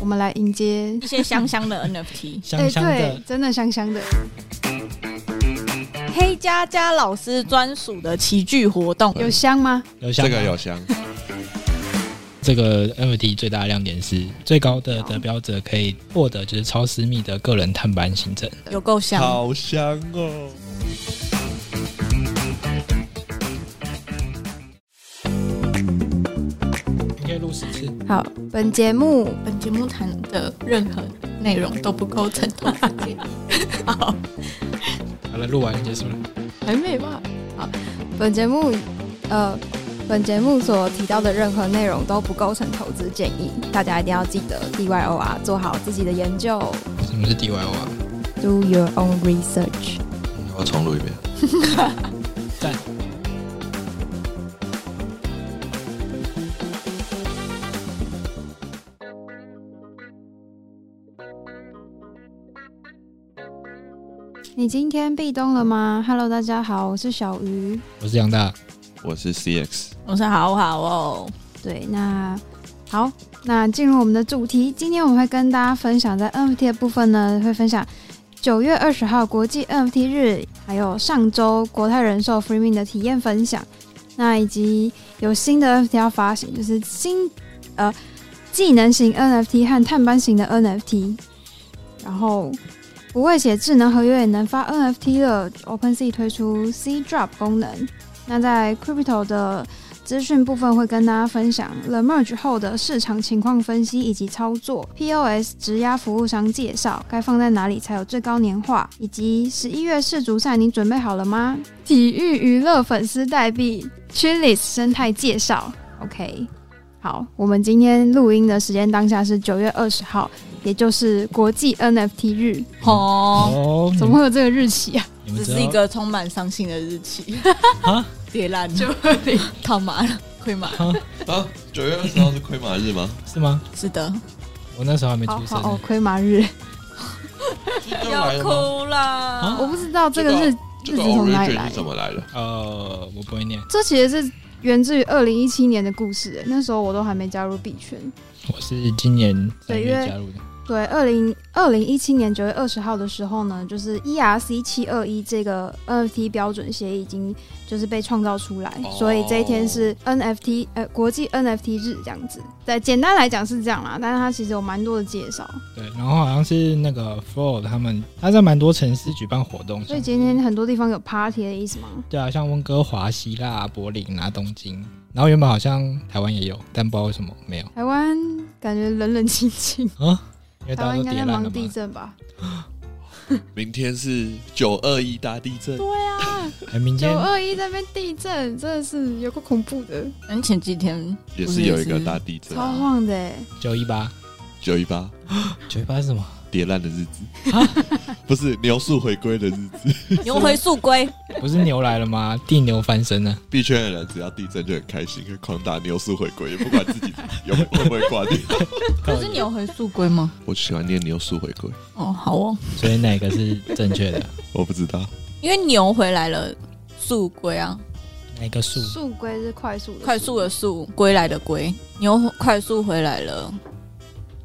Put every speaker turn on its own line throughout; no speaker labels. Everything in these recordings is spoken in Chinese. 我们来迎接，
一些香香 的 NFT。
哎、
香香
对
的，，
真的香香的，
黑佳佳老师专属的齐聚活动，
有香吗？
有香啊
这
吗
个有香，
这个 NFT 最大的亮点是，最高的得标者可以获得就是超私密的个人碳板行程。
有够香。
好香哦！
你可以录十次。
好，本节目
本节目谈的任何内容都不构成投资 建议。好，
好了，录完结束了。
还没吧？
本节目呃，本节目所提到的任何内容都不构成投资建议，大家一定要记得 DYOR，做好自己的研究
什么是 DYO 啊？
，Do your own research。
我重录一遍。
你今天壁咚了吗？Hello，大家好，我是小鱼。
我是杨大，
我是 CX，
我说好好哦，
对，那好，那进入我们的主题，今天我们会跟大家分享在 NFT 的部分呢，会分享九月二十号国际 NFT 日，还有上周国泰人寿 Freeman 的体验分享，那以及有新的 NFT 要发行，就是新呃技能型 NFT 和探班型的 NFT，然后。不会写智能合约也能发 NFT 的 OpenSea 推出 C Drop 功能。那在 Crypto 的资讯部分会跟大家分享 The Merge 后的市场情况分析以及操作，POS 质押服务商介绍该放在哪里才有最高年化，以及十一月世足赛你准备好了吗？体育娱乐粉丝代币 Chilis 生态介绍。OK，好，我们今天录音的时间当下是九月二十号，也就是国际 NFT 日。
嗯
哦，
哦，
怎么会有这个日期啊？
你们
这
知
是一
道
个充满伤心的日期
啊，
跌烂就套麻了，亏麻。
啊，九月二十号是亏马日吗？
是吗？
是的，
我那时候还没
好
出
好
生
哦
呢，，
亏马日，
这样来的吗？
啦
哦
啊
我不知道这个日
这
日子
个
从哪里来
origin 是。怎么来的？
呃，我不会念，
这其实是源自于二零一七年的故事、欸那时候我都还没加入币圈。
我是今年三
对
月
因为
加入的。
对，二零二零一七年九月二十号的时候呢，就是 ERC 七二一这个 NFT 标准协议已经就是被创造出来，
哦
所以这一天是 NFT 呃国际 NFT 日这样子。对，简单来讲是这样啦，但是它其实有蛮多的介绍，
对，然后好像是那个 Flow 他们，他在蛮多城市举办活动，
所以
像
今天很多地方有 party 的意思吗？
对啊，像温哥华、希腊、柏林啊、东京，然后原本好像台湾也有，但不知道为什么没有
台湾感觉冷冷清清，
啊，因为
台
大
湾
家
应该
都跌
在
烂
忙
了
地
嘛。
震吧？
明天是九二一大地震，
对啊，
哎，明
九
天
二一那边地震真的是有个恐怖的，
嗯，前几 天
也是有一个大地震啊
超，晃的、欸。
九一八，
九一八
九一八是什么？
跌烂的日子， 不是牛速回归的日子。
牛回速归，
不是牛来了吗？ 地牛翻身了。
币圈的人只要地震就很开心，会狂打牛速回归，也不管自己有没有会不会挂掉。
可是牛回速归吗？
我喜欢念牛速回归，
哦，好哦，
所以哪个是正确的？
我不知道。
因为牛回来了，速归啊，
哪个数？
速归是快速的，
快速的速，归来的归，牛快速回来了。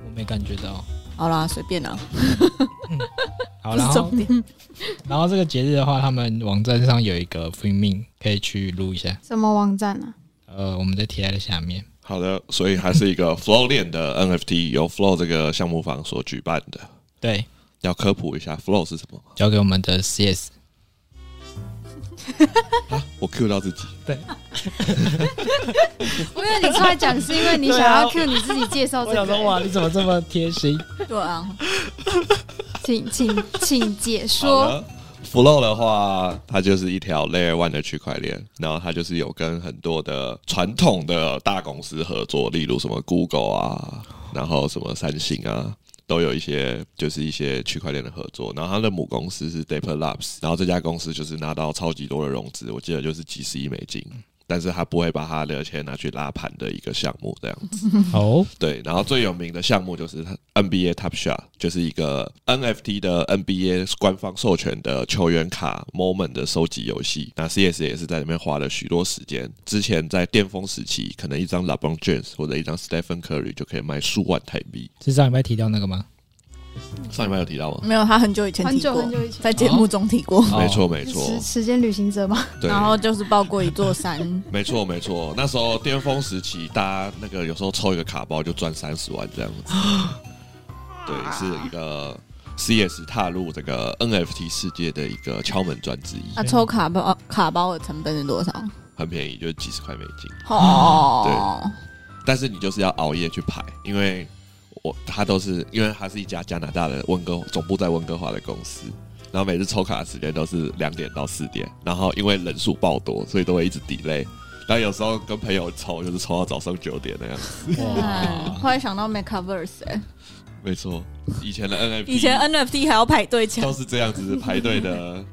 我没感觉到。
好啦，随便啦，
好，
不是
然后
重点。
然后这个节日的话，他们网站上有一个 free min 可以去撸一下。
什么网站 啊？
呃，我们在贴在下面。
好的，所以还是一个 Flow 链的 NFT，由 Flow 这个项目方所举办的。
对，
要科普一下 Flow 是什么吗？
交给我们的 CS。
啊，我 Q 到自己，
因为你出来讲是因为你想要 cue 你自己介绍这 个，
哇，你怎么这么贴 心？
对啊，
请请请解
好
说。
了 Flow 的话，它就是一条 Layer One 的区块链，然后它就是有跟很多的传统的大公司合作，例如什么 Google 啊，然后什么三星啊。都有一些就是一些区块链的合作，然后它的母公司是 Deeper Labs，然后这家公司就是拿到超级多的融资，我记得就是几十亿美金，但是他不会把他的钱拿去拉盘的一个项目这样子。
哦，
对，然后最有名的项目就是它 NBA Top Shot，就是一个 NFT 的 NBA 官方授权的球员卡 Moment 的收集游戏。那 CS 也是在里面花了许多时间。之前在巅峰时期，可能一张 LeBron James 或者一张 Stephen Curry 就可以卖数万台币。
是上礼拜提到那个吗？
上礼拜有提到吗？
没有，他很久以前
很
提
久
过
很，久以前，
在节目中提过，
哦
没错，没错
时，时间旅行者 嘛，
对。
然后就是抱过一 座山，
没错，没错，那时候巅峰时期，大家那个有时候抽一个卡包就赚三十万这样子。对，是一个 CS 踏入这个 NFT 世界的一个敲门砖之一，
那抽卡包卡包的成本是多少？
很便宜，就是几十块美金。
哦，
但是你就是要熬夜去排，因为我他都是因为他是一家加拿大的温哥总部在温哥华的公司，然后每次抽卡的时间都是两点到四点，然后因为人数爆多，所以都会一直 delay。然后有时候跟朋友抽，就是抽到早上九点那样。
嗯，
哇，
忽然想到 MetaVerse，哎
嗯
没错，以前的 NFT，
以前 NFT 还要排队抢
都，是这样子排队的，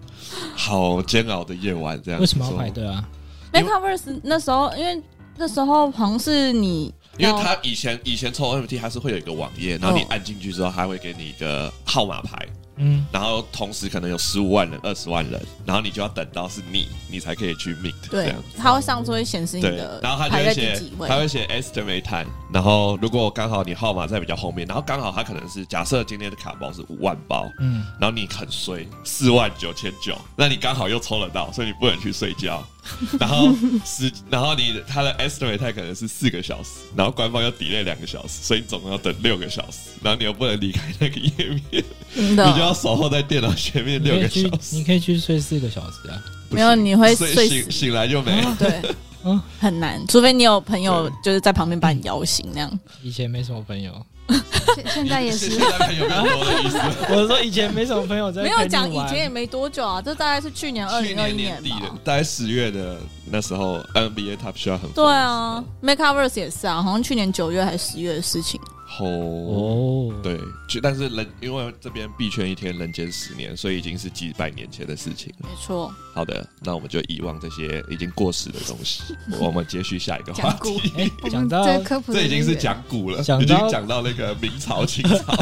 好煎熬的夜晚这样。
为什么要排？队啊？
MetaVerse 那时候，因为那时候好像是你
因
要，
为他以前以前抽 NFT，它是会有一个网页，然后你按进去之后，他会给你一个号码牌，
嗯，
然后同时可能有十五万人、二十万人，然后你就要等到是你，你才可以去 meet 这
对
样。，
它会上出会显示你
对
的，
然后他就
排
会
在第
写
几，位啊
他。会写 estimate time，然后如果刚好你号码在比较后面，然后刚好他可能是假设今天的卡包是五万包，
嗯，
然后你很衰，四万九千九，那你刚好又抽得到，所以你不能去睡 觉。然后时，然后你他的 estimate time 可能是四个小时，然后官方又 delay 两个小时，所以你总共要等六个小时，然后你又不能离开那个页面，你
真
就
的
要守候在电脑前面
你
六
可
个
以
小
去，
时
你。可以去睡四个小时啊。
不行
没有你会
所以
睡
醒
死哦
醒来就没。
对
嗯，
很难，除非你有朋友
对
就是在旁边把你摇醒那样。
以前没什么朋友，
现现在也
现
是。
在有没有多的意思？
我是说以前没什么朋友在
没有
跟你
讲以
玩
前也没多久啊，这大概是去年二
去
零二
年
一
年底的
吧。，
大概十月的那时候，NBA Top Shot 很
对啊，MetaVerse 也是啊，好像去年九月还是十月的事情。
红。
哦，
对，就但是人因为这边币圈一天人间十年，所以已经是几百年前的事情了。
没错，
好的，那我们就遗忘这些已经过时的东 西，我们接续下一个话
讲
题。
故
哎，
我
讲
们
到
这科普的
这已经是
渊源
讲古了，
讲到
已经讲到那个明朝、清朝，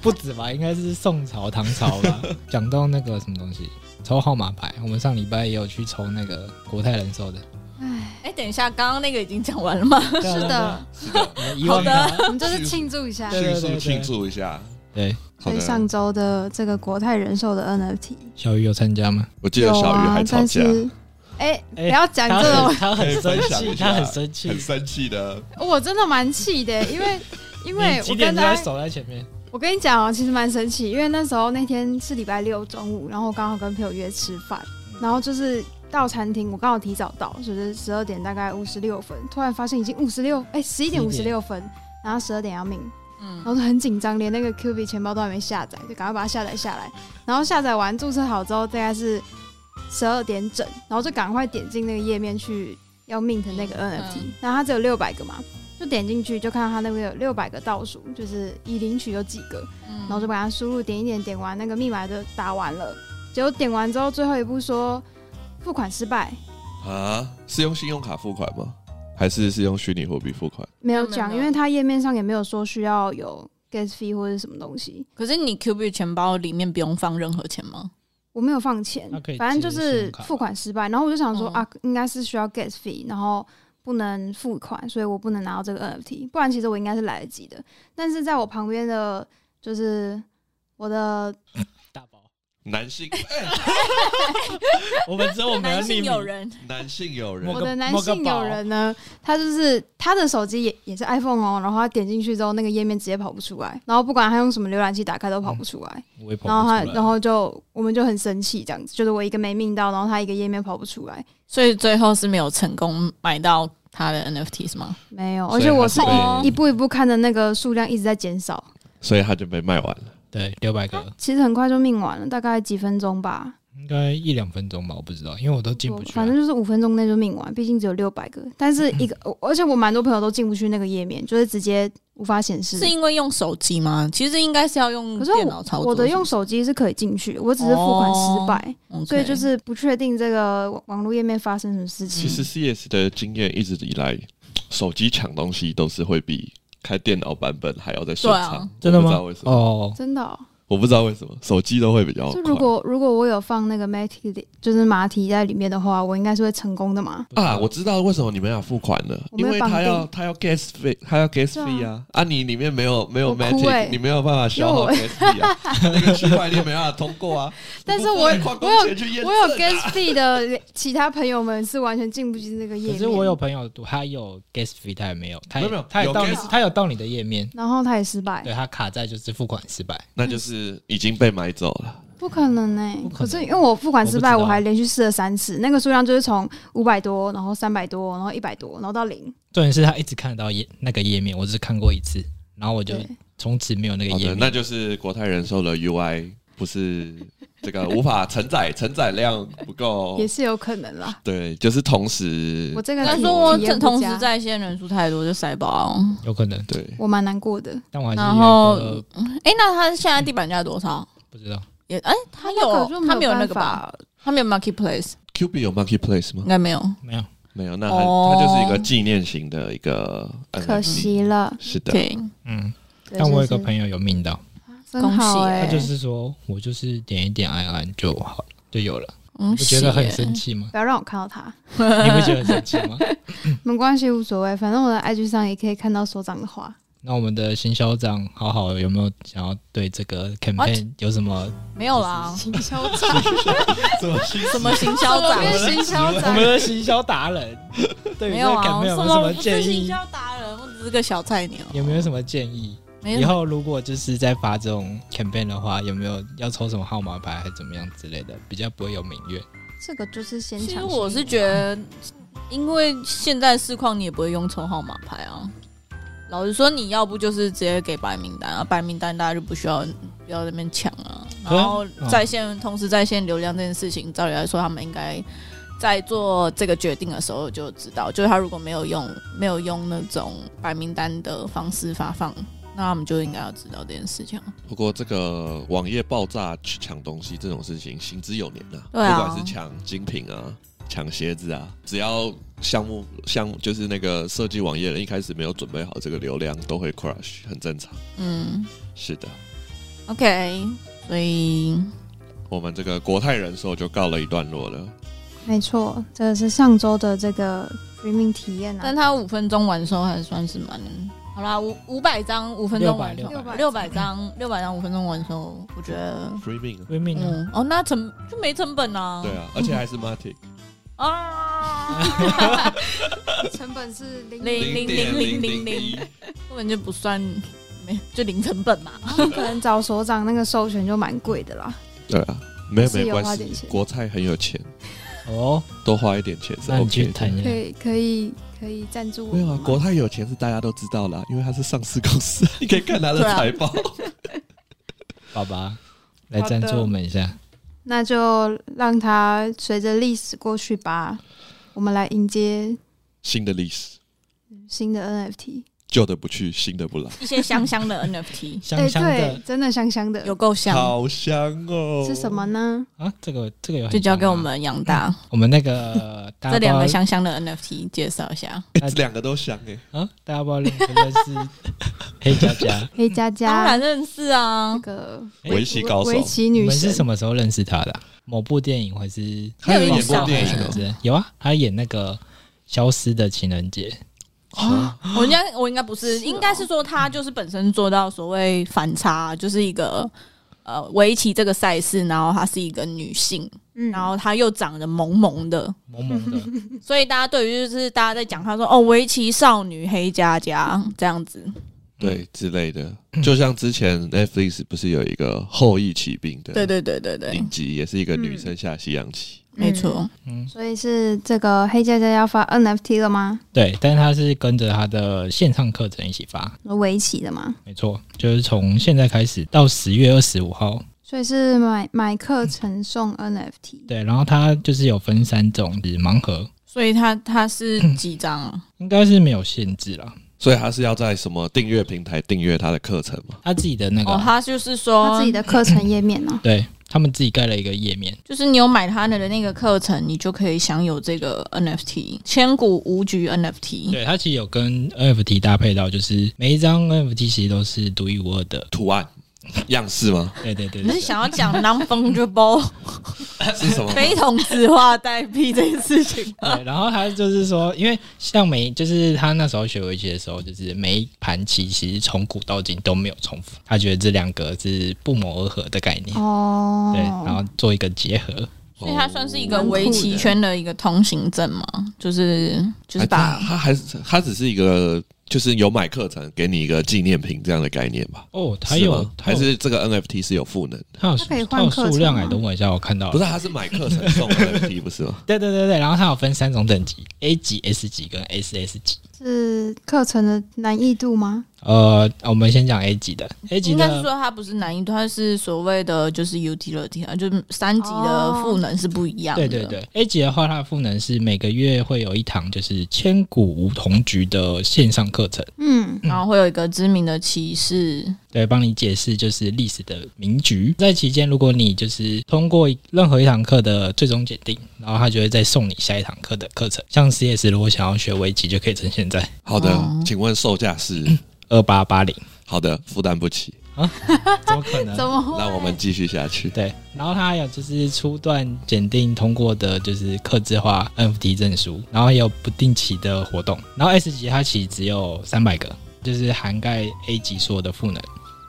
不止吧，应该是宋朝、唐朝 吧。讲到那个什么东西，抽号码牌，我们上礼拜也有去抽那个国泰人寿的。
唉，
哎，等一下，刚刚那个已经讲完了吗？
对啊
是，的，
对啊对啊遗忘它。
我们这是庆祝一下。
对
迅
对
速
对
庆祝一下。
对，
所
好
以
的，
上周的这个国泰人寿的 NFT，
小鱼有参加吗？
我记得小鱼还吵架，
有啊但是哎，不
哎
要讲
他
这种
很，他
可以
很
分
生
享
气，他
一下，
很生气
很。生气的。
我真的蛮气的，欸因为因为
你
我
几点
跟
就要
他，
守在前面？
我跟你讲哦，其实蛮神奇，因为那时候那天是礼拜六中午，然后我刚好跟朋友约吃饭，然后就是到餐厅，我刚好提早到，就是十二点大概五十六分，突然发现已经五十六，哎，十一点五十六分，然后十二点要命，
嗯
然，后就很紧张，连那个 Q B 钱包都还没下载，就赶快把它下载下来。然后下载完注册好之后，大概是十二点整，然后就赶快点进那个页面去要 mint 那个 NFT，、
嗯
然后它只有六百个嘛，就点进去就看到它那个有六百个倒数，就是已领取有几个，然
然
后就把它输入点一点，点完那个密码就打完了。结果点完之后，最后一步说付款失败，
啊，是用信用卡付款吗？还是是用虚拟货币付款？
没有
没有没
讲，
有
因为它页面上也没有说需要有 gas fee 或者什么东西。
可是你 Q B 钱包里面不用放任何钱吗？
我没有放钱
他可以，
反正就
借信
是
用卡吧
付款失败，然后我就想说、
嗯
啊，应该是需要 gas fee，然后不能付款，所以我不能拿到这个 NFT，不然其实我应该是来得及的。但是在我旁边的就是我的
大 宝，
男性，
我们只有我们要
男
匿
性
名
友人，
男性友
某
人
个
我的男
某个
性友人呢，他就是他的手机也也是 iPhone 哦，然后他点进去之后，那个页面直接跑不出来，然后不管他用什么浏览器打开都跑不出来，
我嗯也跑不出来，
然后他然后就我们就很生气这样子，就是我一个没命到，然后他一个页面跑不出来，
所以最后是没有成功买到他的 NFT 是吗？
没有，
所
而
以
且我
他
是
被
哦
一步一步看的那个数量一直在减少，
所以他就被卖完
嗯
了。
对六百个，
其实很快就命完了，大概几分钟吧，
应该一两分钟吧，我不知道，因为我都进不
我
去啊。
反正就是五分 钟内就命完，毕竟只有六百个。但是一个，我而且我蛮多朋友都进不去那个页面，就是直接无法显示。
是因为用手机吗？其实应该是要用
可是
电脑操
我
作。
我的用手机是哦可以进去，我只是付款失败，
o k
所以就是不确定这个网网络页面发生什么事情。
其实 CS 的经验一直以来，手机抢东西都是会比开电脑版本还要再顺
对
畅
啊，
真的
我不知
吗
道为什？么，
哦，
真的哦、
我不知道为什么，手机都会比较
就
快。
如果如果我有放那个 m a t 的，就是马蹄在里面的话，我应该是会成功的嘛？
啊，我知道为什么你们要付款了，
我
因
们
为
绑
他
定
要他要 gas 费，他要 gas
对啊
fee 啊，啊你里面没有没
我
有
哭
magic，、
欸
你没有办法消耗
因为
gas fee 啊，那个区块链没办法通过啊。
但是
你不
我
可以花
我
工
有
钱去验
我有
证啊
gas fee 的其他朋友们是完全进不进这个页
可
面。
是我有，朋友，他有 gas fee，他也没有，他
没
也
有没有
他也
有
到
gas-
他有到你的页面，
然后他也失败
对，他卡在就是付款失败，
那就是已经被买走了。
不可能呢、
不可能
可是因为我付款失败，
我不知
我
道
还连续试了三次，那个数量就是从五百多，然后三百多，然后一百多，然后到零。
重点是他一直看得到页那个页面，我只看过一次，然后我就
对，
从此没有那个
好
页
的，哦那
面。
就是国泰人寿的 UI 不是这个无法承载，承载量不
哦
够
也。是有可能啦。
对，就是同时
我这个
他
体
说我
体验
这
不
同
佳
时在线人数太多就塞爆。
有可能，
对，
我蛮难过的。
但我还是
然后
有一个
哎、那他现在地板价多少？
不知道，
也哎、他
那
有
个就
他没有
办
那个吧？
法？
他没有 marketplace，
Q B 有 Marketplace 吗
应？该没有。
没有。
没有，那它
哦
它就是一个纪念型的一个。
可。惜了。
是的，
对，
嗯，
对
呃但我有个
就是
朋友有命到，
真好
恭喜
哎、
他就是说我就是点一点按按就好了，就有了。
嗯，
你不觉得很
是耶
生气吗？
不要让我看到 他，
你不觉得很生气 吗？
没关系，无所谓，反正我的 IG 上也可以看到所长的话。
那我们的行销长好好有没有想要对这个 campaign 有什么？
没有啦，
行销长，
什么新
什么行销长？
变行销
我
长
们，的行销 达人对于
没
这
有
个
啊，
campaign
我
有没
什
有什
么
么
不是
建
行
议？
销达人，我只是个小菜鸟。
有没有什么建议？
没有
以后如果就是在发这种 campaign 的话，有没有要抽什么号码牌还是怎么样之类的，比较不会有民怨？
这个就是先
其
抢
实
先。
我是觉得，因为现在市况你也不会用抽号码牌啊。老实说，你要不就是直接给白名单啊，白名单大家就不需要不要在那边抢啊。
可是
然后在线、同时在线流量这件事情，照理来说，他们应该在做这个决定的时候就知道，就是他如果没有用没有用那种白名单的方式发放，那他们就应该要知道这件事情。啊
不过这个网页爆炸去抢东西这种事情，行之有年呐、
对啊
不管是抢精品啊、抢鞋子啊，只要项目项目就是那个设计网页人一开始没有准备好这个流量，都会 crash，很正常。
嗯
是的，
，OK，所以
我们这个国泰人寿就告了一段落了。
没错，这是上周的这个 streaming 体验
但
啊。
他五分钟完售还算是蛮好啦，五五百张五分钟完售，
600
六百张六百张五分钟完售，我觉得，
Free m i n
微命啊呢？
嗯，哦，那成就没成本啊，
对啊，而且还是 Matic
啊，
成本是零
零零零零零零，根本就不算没就零成本嘛，
可能找所长那个授权就蛮贵的啦。
对啊，没有
是有
没关
花点
系，
钱
国泰很有钱，
嗯
哦，
多花一点钱是
那你
OK
去
的。
谈
可
一下。
以可以可以赞助我
没
们
有
吗。
啊，国泰有钱是大家都知道啦，因为它是上市公司，你可以看它的
对啊
财报。
爸爸来
好的
赞助我们一下。
那就让它随着历史过去吧。我们来迎接
新的历史，
新的 NFT。
旧的不去，新的不来，
一些香香 的 NFT
香香
哎
哎对
的，
真的香香的，
有够香，
好香哦！
是什么？呢？
啊，这个这个有很
就交给
香啊
我们杨大
我们那个 大
这
家不知
两
道
个香香的 NFT 介绍一下，
哎这两个都香哎，
啊，大家不知道认不认 识黑佳佳？
黑佳
当
佳
然认识啊
那，个
哎
围棋高手
围，棋
你
女
们
神
是什么时候认识她的啊？某部电影还是
他有演过
有
电影
什么之
哦
类有啊，她演那个《消失的情人节》。
啊，
我应该我应该不是，
是哦
应该是说他就是本身做到所谓反差，就是一个呃围棋这个赛事，然后她是一个女性，
嗯，
然后她又长得萌萌的，
萌萌的，
所以大家对于就是大家在讲她说哦围棋少女黑佳佳这样子，
对之类的。就像之前 Netflix 不是有一个《后羿骑兵》的
对对对对对，
嗯
影集，也是一个女生下西洋棋。
没错，
嗯，
所以是这个黑佳佳要发 NFT 了吗？
对，但是她是跟着她的线上课程一起发，
围棋的吗？
没错，就是从现在开始到十月二十五号，
所以是买买课程送 NFT，
对，然后她就是有分三种，就是盲盒，
所以她她是几张啊？
应该是没有限制啦，
所以他是要在什么订阅平台订阅他的课程嘛？
他自己的那个
哦，
啊，
他就是说
嗯他自己的课程页面呢、
对他们自己盖了一个页面，
就是你有买他的那个课程，你就可以享有这个 NFT 千古无局 NFT。
对它其实有跟 NFT 搭配到，就是每一张 NFT 其实都是独一无二的。
图案样式 吗？
对对对
你是
对，
想要讲 non fungible
是什么？
非同质化代币这件事情吗？
对，然后他就是说，因为像每就是他那时候学围棋的时候，就是每一盘棋其实从古到今都没有重复，他觉得这两个是不谋而合的概念，
哦，
对，然后做一个结合。
所以它算是一个
蛮酷的
围棋
哦
圈的一个通行证嘛，就是就是
他
把
他哎还是他只是一个，就是有买课程给你一个纪念品这样的概念吧？
哦，他
是
有
吗还是这个 NFT 是有赋能的？
他有
它可以
它
换
有
课
数量
程
哎，
吗
等我一下，我看到了
不是，啊他是买课程送 NFT 不是吗？
对对对对，然后它有分三种等级，A 级、S 级跟 SS 级。
是课程的难易度吗？
呃，我们先讲 A 级的，A 级
应该是
的
说它不是难易度，它是所谓的就是 utility 啊，就是三级的赋能是不一样的。
对对对，A 级的话，它的赋能是每个月会有一堂就是千古梧桐局的线上课程，
嗯，
然后会有一个知名的骑士，
对，帮你解释就是历史的名局。在期间，如果你就是通过任何一堂课的最终检定，然后它就会再送你下一堂课的课程。像 CS 如果想要学围棋，就可以趁现在
好的
哦，
请问售价是？
二八八零，
好的，负担不起。
怎么可能？
怎么
哦
会
那我们继续下去。
对，然后它还有就是初段检定通过的，就是客制化 NFT 证书，然后也有不定期的活动。然后 S 级它其实只有三百个，就是涵盖 A 级所有的赋能，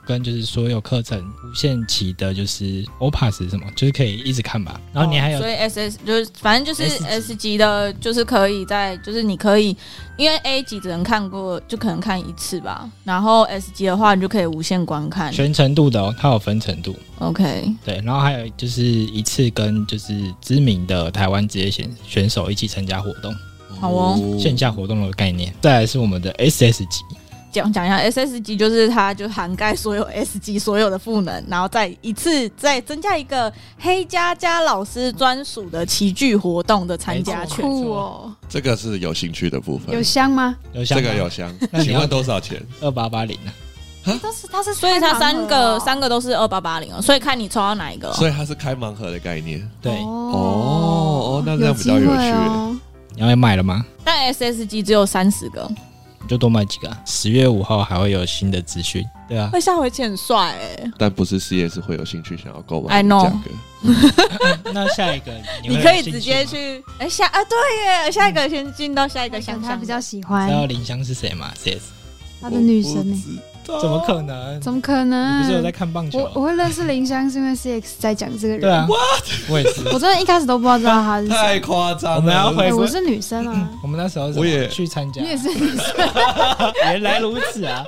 跟就是所有课程无限期的，就是 OPAS 是什么，就是可以一直看吧。然后你还有、
哦所以 S S 就是反正就是
S 级
S 级的，就是可以在就是你可以，因为 A 级只能看过，就可能看一次吧。然后 S 级的话，你就可以无限观看。
全程度的哦，它有分程度。
OK，
对，然后还有就是一次跟就是知名的台湾职业选选手一起参加活动，
好哦
线下活动的概念。再来是我们的 SS 级，
讲讲一下 S S 级，就是它就涵盖所有 S 级所有的赋能，然后再一次再增加一个黑加加老师专属的棋具活动的参加
没错
权。
酷哦？
这个是有兴趣的部分
有。香吗？
有像
这个有香
那，你
请
要
问多少钱？
二八八零啊。
都是它是，
所以它三个三
个
个都是二八八零哦，所以看你抽到哪一个哦、
所以它是开盲盒的概念。
对，
哦哦那这样比较
有
有
机
趣
会哦。
你要买了吗？
但 S S 级只有三十个，
你就多买几个、啊。十月五号还会有新的资讯。对啊，
那下回起很帅哎、
但不是 CS 会有兴趣想要购买
I
的
know
价格。
那下一个
你可以直接。去，哎、下啊，对耶，下一个先进到下一个
想
想
他
象
比较喜
知道
欢
林香是谁吗？CS？
他的女神呢？
怎
哦怎么可能？
怎么可
你
能？
不是有在看棒球啊
我？我会认识林香是因为 CX 在讲这个人。
对啊，我也是。
我真的一开始都不知道他是谁。
太夸张 了！
我们要回
哎，
归
我是女生啊，
我们那时候是
我也
去参 加
你，也是女 生，
原来如此啊！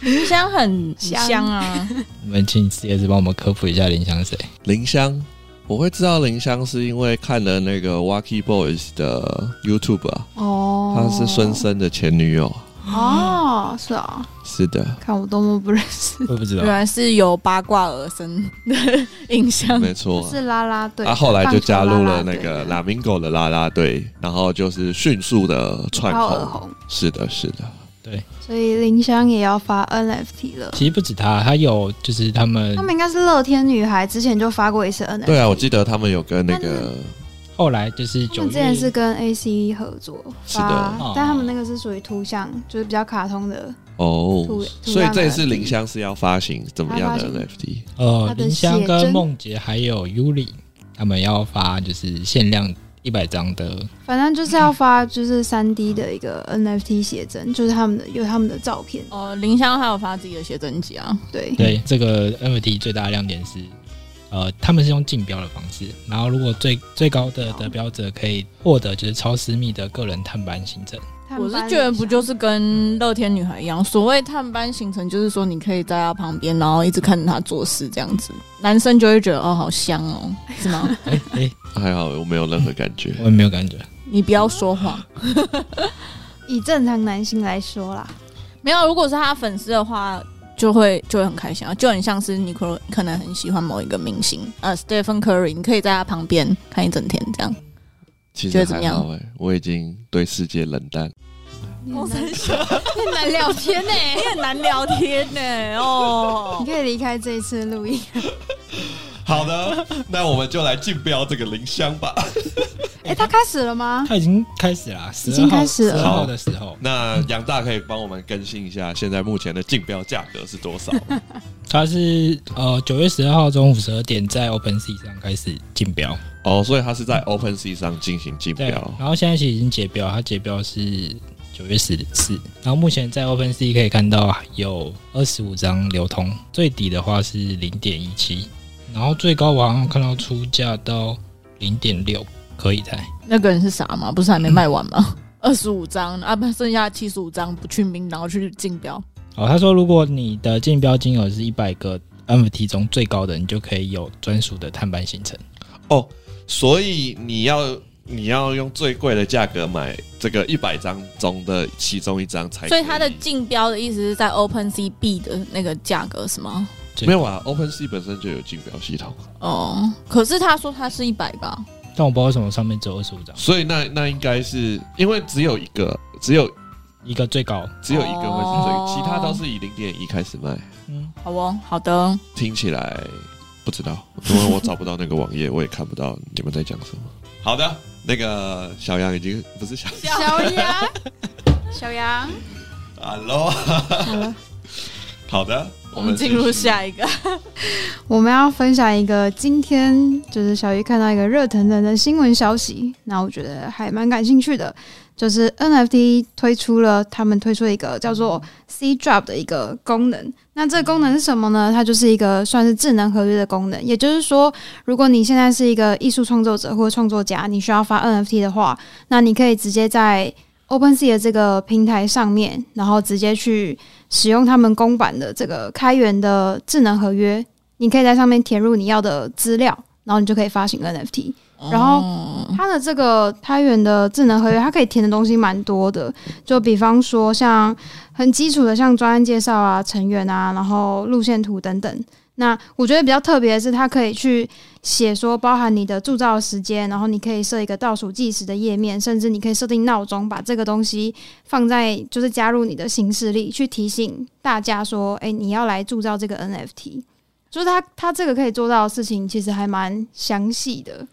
林香很香啊，
我们请 CS 帮我们科普一下林香是谁。
林香，我会知道林香是因为看了那个 Wacky Boys 的 YouTube 啊，
哦，
她是孙生的前女友。
哦，是啊，
是的，
看我多么不认识，
我也不知道
啊
原，来是由八卦而生的 印象。
没错啊。
是啦啦队，
她后来就加入了那
棒
个
球啦啦队
Lamingo 的啦啦队，然后就是迅速的窜
超耳
红。
红，
是的，是的。
所以林香也要发 NFT 了。
嗯
其实不止他，他有就是他们
他们应该是乐天女孩之前就发过一次 NFT，
对啊，我记得他们有跟那个
后来就是
他
九
们之前
月
是跟 AC 合作
是的
发
哦，
但他们那个是属于图像，就是比较卡通的
哦
图，
所以这一次林。
图样的
香是要发行怎么样的
她发
NFT？
呃
他的
林香
写
跟
真
梦洁还有 Yuri 他们要发就是限量一百张的
反正就是要发，就是三 D 的一个 NFT 写真，就是他们的有他们的照片，
哦，林香还有发自己的写真集啊，
对，
对，这个 NFT 最大的亮点是，呃，他们是用竞标的方式，然后如果最最高的得标者可以获得就是超私密的个人探班行程，
他
我
们
是
班
觉得不
女生
就是跟乐天女孩一样，所谓探班行程，就是说你可以在她旁边，然后一直看着她做事这样子，男生就会觉得哦，好香哦，是吗？
哎、哎、
还好我没有任何感 觉。
我也没有感觉，
你不要说谎。
以正常男性来说啦，
没有，如果是他粉丝的话，就会就会很开心啊，就很像是你可可能很喜欢某一个明星，呃，Stephen Curry，你可以在他旁边看一整天这样。
其
觉得
实
怎么
还欸
样
好哎、我已经对世界冷淡。
你
公
很
司
难 你很难
很小，
聊天呢、
哦你很难聊天呢、哦
你。可以离开这一次录音。
好的，那我们就来竞标这个林香吧。
哎、他开始了吗？
他已经开始啦，十
已经
二号
开始了
12号的时候，
那杨大可以帮我们更新一下，现在目前的竞标价格是 多少？
他是呃九月十二号中午十二点在 Open Sea 上开始竞标，
哦，所以它是在 Open Sea 上进行竞
对
标。，
然后现在其实已经结标，它结标是九月十四，然后目前在 Open Sea 可以看到有二十五张流通，最底的话是零点一七，然后最高我好像看到出价到零点六，可以才。
那个人是傻吗？不是还没卖完吗？ 二十五张啊，不，剩下七十五张不去名，然后去竞标。
哦，他说如果你的竞标金额是一百个 NFT 中最高的，你就可以有专属的探班行程。
哦，所以你要你要用最贵的价格买这个一百张中的其中一张才可以。
所以他的竞标的意思是在 Open C B 的那个价格是吗？
最
没有啊，Open Sea 本身就有竞标系统，
哦，可是他说他是一百吧？
但我不知道为什么上面只有二十五张，
所以那那应该是因为只有一个，只有
一个最高。
只有一个会是最，
哦
其他都是以零点一开始卖。
嗯，
好哦，好的，
听起来不知道，因为我找不到那个网页，我也看不到你们在讲什么。好的，那个小杨已经不是小
小杨，小杨，
，Hello，
好了，
好的，
我们进入
继续
下一个。
我们要分享一个今天就是小鱼看到一个热腾腾的新闻消息，那我觉得还蛮感兴趣的，就是 NFT 推出了，他们推出了一个叫做 C Drop 的一个功能。那这个功能是什么呢？它就是一个算是智能合约的功能，也就是说，如果你现在是一个艺术创作者或者创作家，你需要发 NFT 的话，那你可以直接在 OpenSea 的这个平台上面，然后直接去使用他们公版的这个开源的智能合约，你可以在上面填入你要的资料，然后你就可以发行 NFT。然后
哦
它的这个开源的智能合约，它可以填的东西蛮多的，就比方说像很基础的像专案介绍啊、成员啊，然后路线图等等。那我觉得比较特别的是，它可以去写说包含你的铸造时间，然后你可以设一个倒数计时的页面，甚至你可以设定闹钟，把这个东西放在就是加入你的行事历，去提醒大家说，哎、你要来铸造这个 NFT。就是它它这个可以做到的事情，其实还蛮详细的。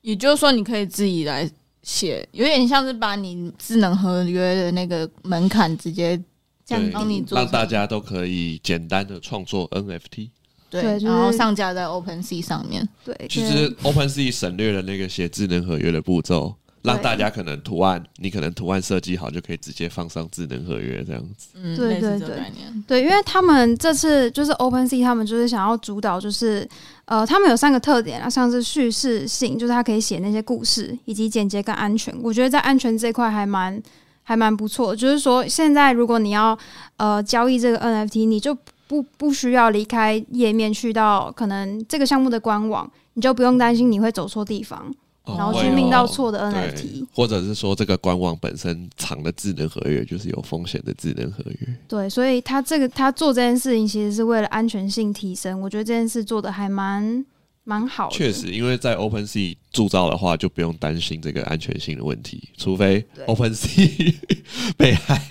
也就是说，你可以自己来写，有点像是把你智能合约的那个门槛直接
降
对
低
帮你做
让
成
大家都可以简单的创作 NFT。
对，
对就是
然后上架在 Open Sea 上面。
对，
其
对
实 OpenSea 省略了那个写智能合约的步骤，
对
让大家可能图案，你可能图案设计好就可以直接放上智能合约这样子。
嗯，
对
类似
对
这个
对
概念。
对，因为他们这次就是 OpenSea，他们就是想要主导，就是呃，他们有三个特点啊，像是叙事性，就是它可以写那些故事，以及简洁跟安全。我觉得在安全这一块还蛮还蛮不错，就是说现在如果你要呃交易这个 NFT，你就不不需要离开页面去到可能这个项目的官网，你就不用担心你会走错地方，然后
会
去
哦
命到错的
对
NFT。
或者是说这个官网本身藏的智能合约就是有风险的智能合约。
对，所以他这个他做这件事情其实是为了安全性提升，我觉得这件事做的还蛮蛮好的。
确，实，因为在 OpenSea 铸造的话，就不用担心这个安全性的问题，除非
对
OpenSea 被害。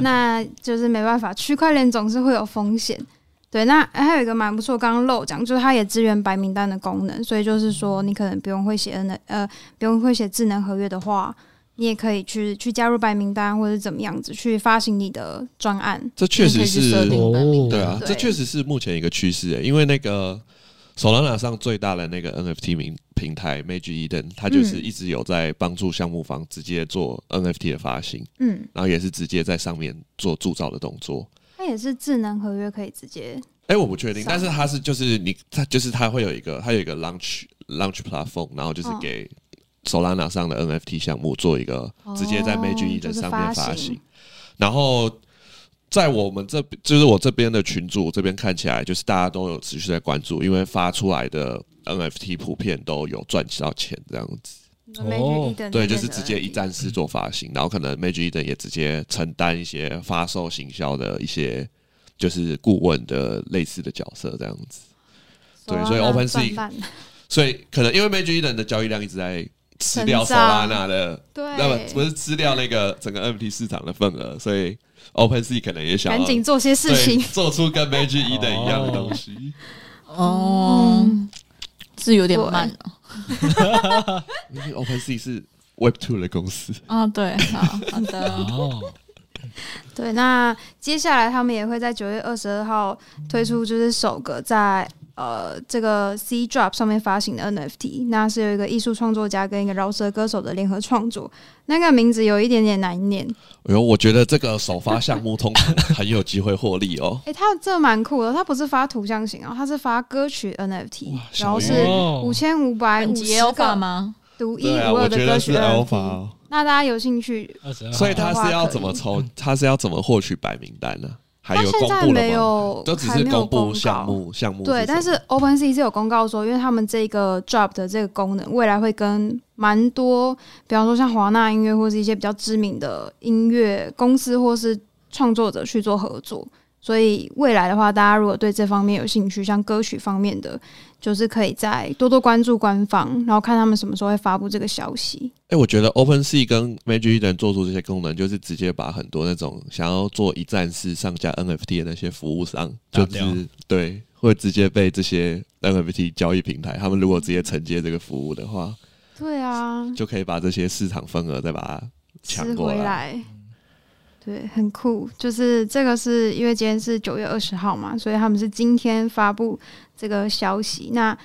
那就是没办法，区块链总是会有风险。对，那还有一个蛮不错，刚刚漏讲，就是它也支援白名单的功能，所以就是
嗯
说你可能不用会写 N 的呃，不用会写智能合约的话，你也可以去去加入白名单或者怎么样子去发行你的专案。
这确实
你可以去设
是
定哦
对啊，
对
这确实是目前一个趋势欸，因为那个 Solana 上最大的那个 NFT 平平台 Magic Eden，它就是
嗯
一直有在帮助项目方直接做 NFT 的发行，
嗯，
然后也是直接在上面做铸造的动作。
它也是智能合约可以直接
哎、我不确定，
上
但是它是就是你它就是它会有一个它有一个 launch launch platform，然后就是
嗯
给 Solana 上的 NFT 项目做一个直接在
哦
Magic
就
Eden
是
上
发
面
行
发行，然后在我们这边，就是我这边的群主这边看起来，就是大家都有持续在关注，因为发出来的 NFT 普遍都有赚到钱这样子。
哦
Magic Eden
对，
里面
就是
的
直接一站式做发行，然后可能 Magic Eden 也直接承担一些发售行销的一些。就是顾问的类似的角色这样子，对所以
Solana 转
OpenSea
蛋
所以可能因为 Magic Eden 的交易量一直在吃掉 Solana 的，
对，
那么不是吃掉那个整个 NFT 市场的份额，所以 OpenSea 可能也想要
赶紧做些事
对
情。
做出跟 Magic Eden 一样的东西。
哦，
嗯
是有点慢哦了
因为 OpenSea 是 Web Two 的公司，
啊。对，好好 的，
哦，
对，那接下来他们也会在九月二十二号推出，就是首个在呃这个 C Drop 上面发行的 NFT，那是有一个艺术创作家跟一个饶舌歌手的联合创作，那个名字有一点点难念，。
哎呦，我觉得这个首发项目通常很有机会获利哦
诶，它这蛮酷的，它不是发图像型哦，它是发歌曲 NFT，然后是
小鱼
五千五百
本
五
集
十
Alpha
个
吗？
独一
对啊，
无
我
二的
觉
歌
得
曲
是
NFT，、
Alpha，哦
那大家有兴趣？
二 十二，
所以他是要怎 么抽？他是要怎么获取白名单呢？还
它
有
现
公
在
布
没
了吗？
有，
就只
还
是
没有
公布
告
项目项目什么。
对，但是 OpenSea 是有公告说，因为他们这个 drop 的这个功能，未来会跟蛮多，比方说像华纳音乐或是一些比较知名的音乐公司或是创作者去做合作。所以未来的话，大家如果对这方面有兴趣，像歌曲方面的，就是可以再多多关注官方，然后看他们什么时候会发布这个消息。
哎、我觉得 OpenSea 跟 Magic Eden 做出这些功能，就是直接把很多那种想要做一站式上架 NFT 的那些服务商，
打
就
掉
是对，会直接被这些 NFT 交易平台，他们如果直接承接这个服务的话，
对啊，
就可以把这些市场份额再把它抢
吃
过
回来。对，很酷。就是这个是因为今天是九月二十号嘛，所以他们是今天发布这个消息。那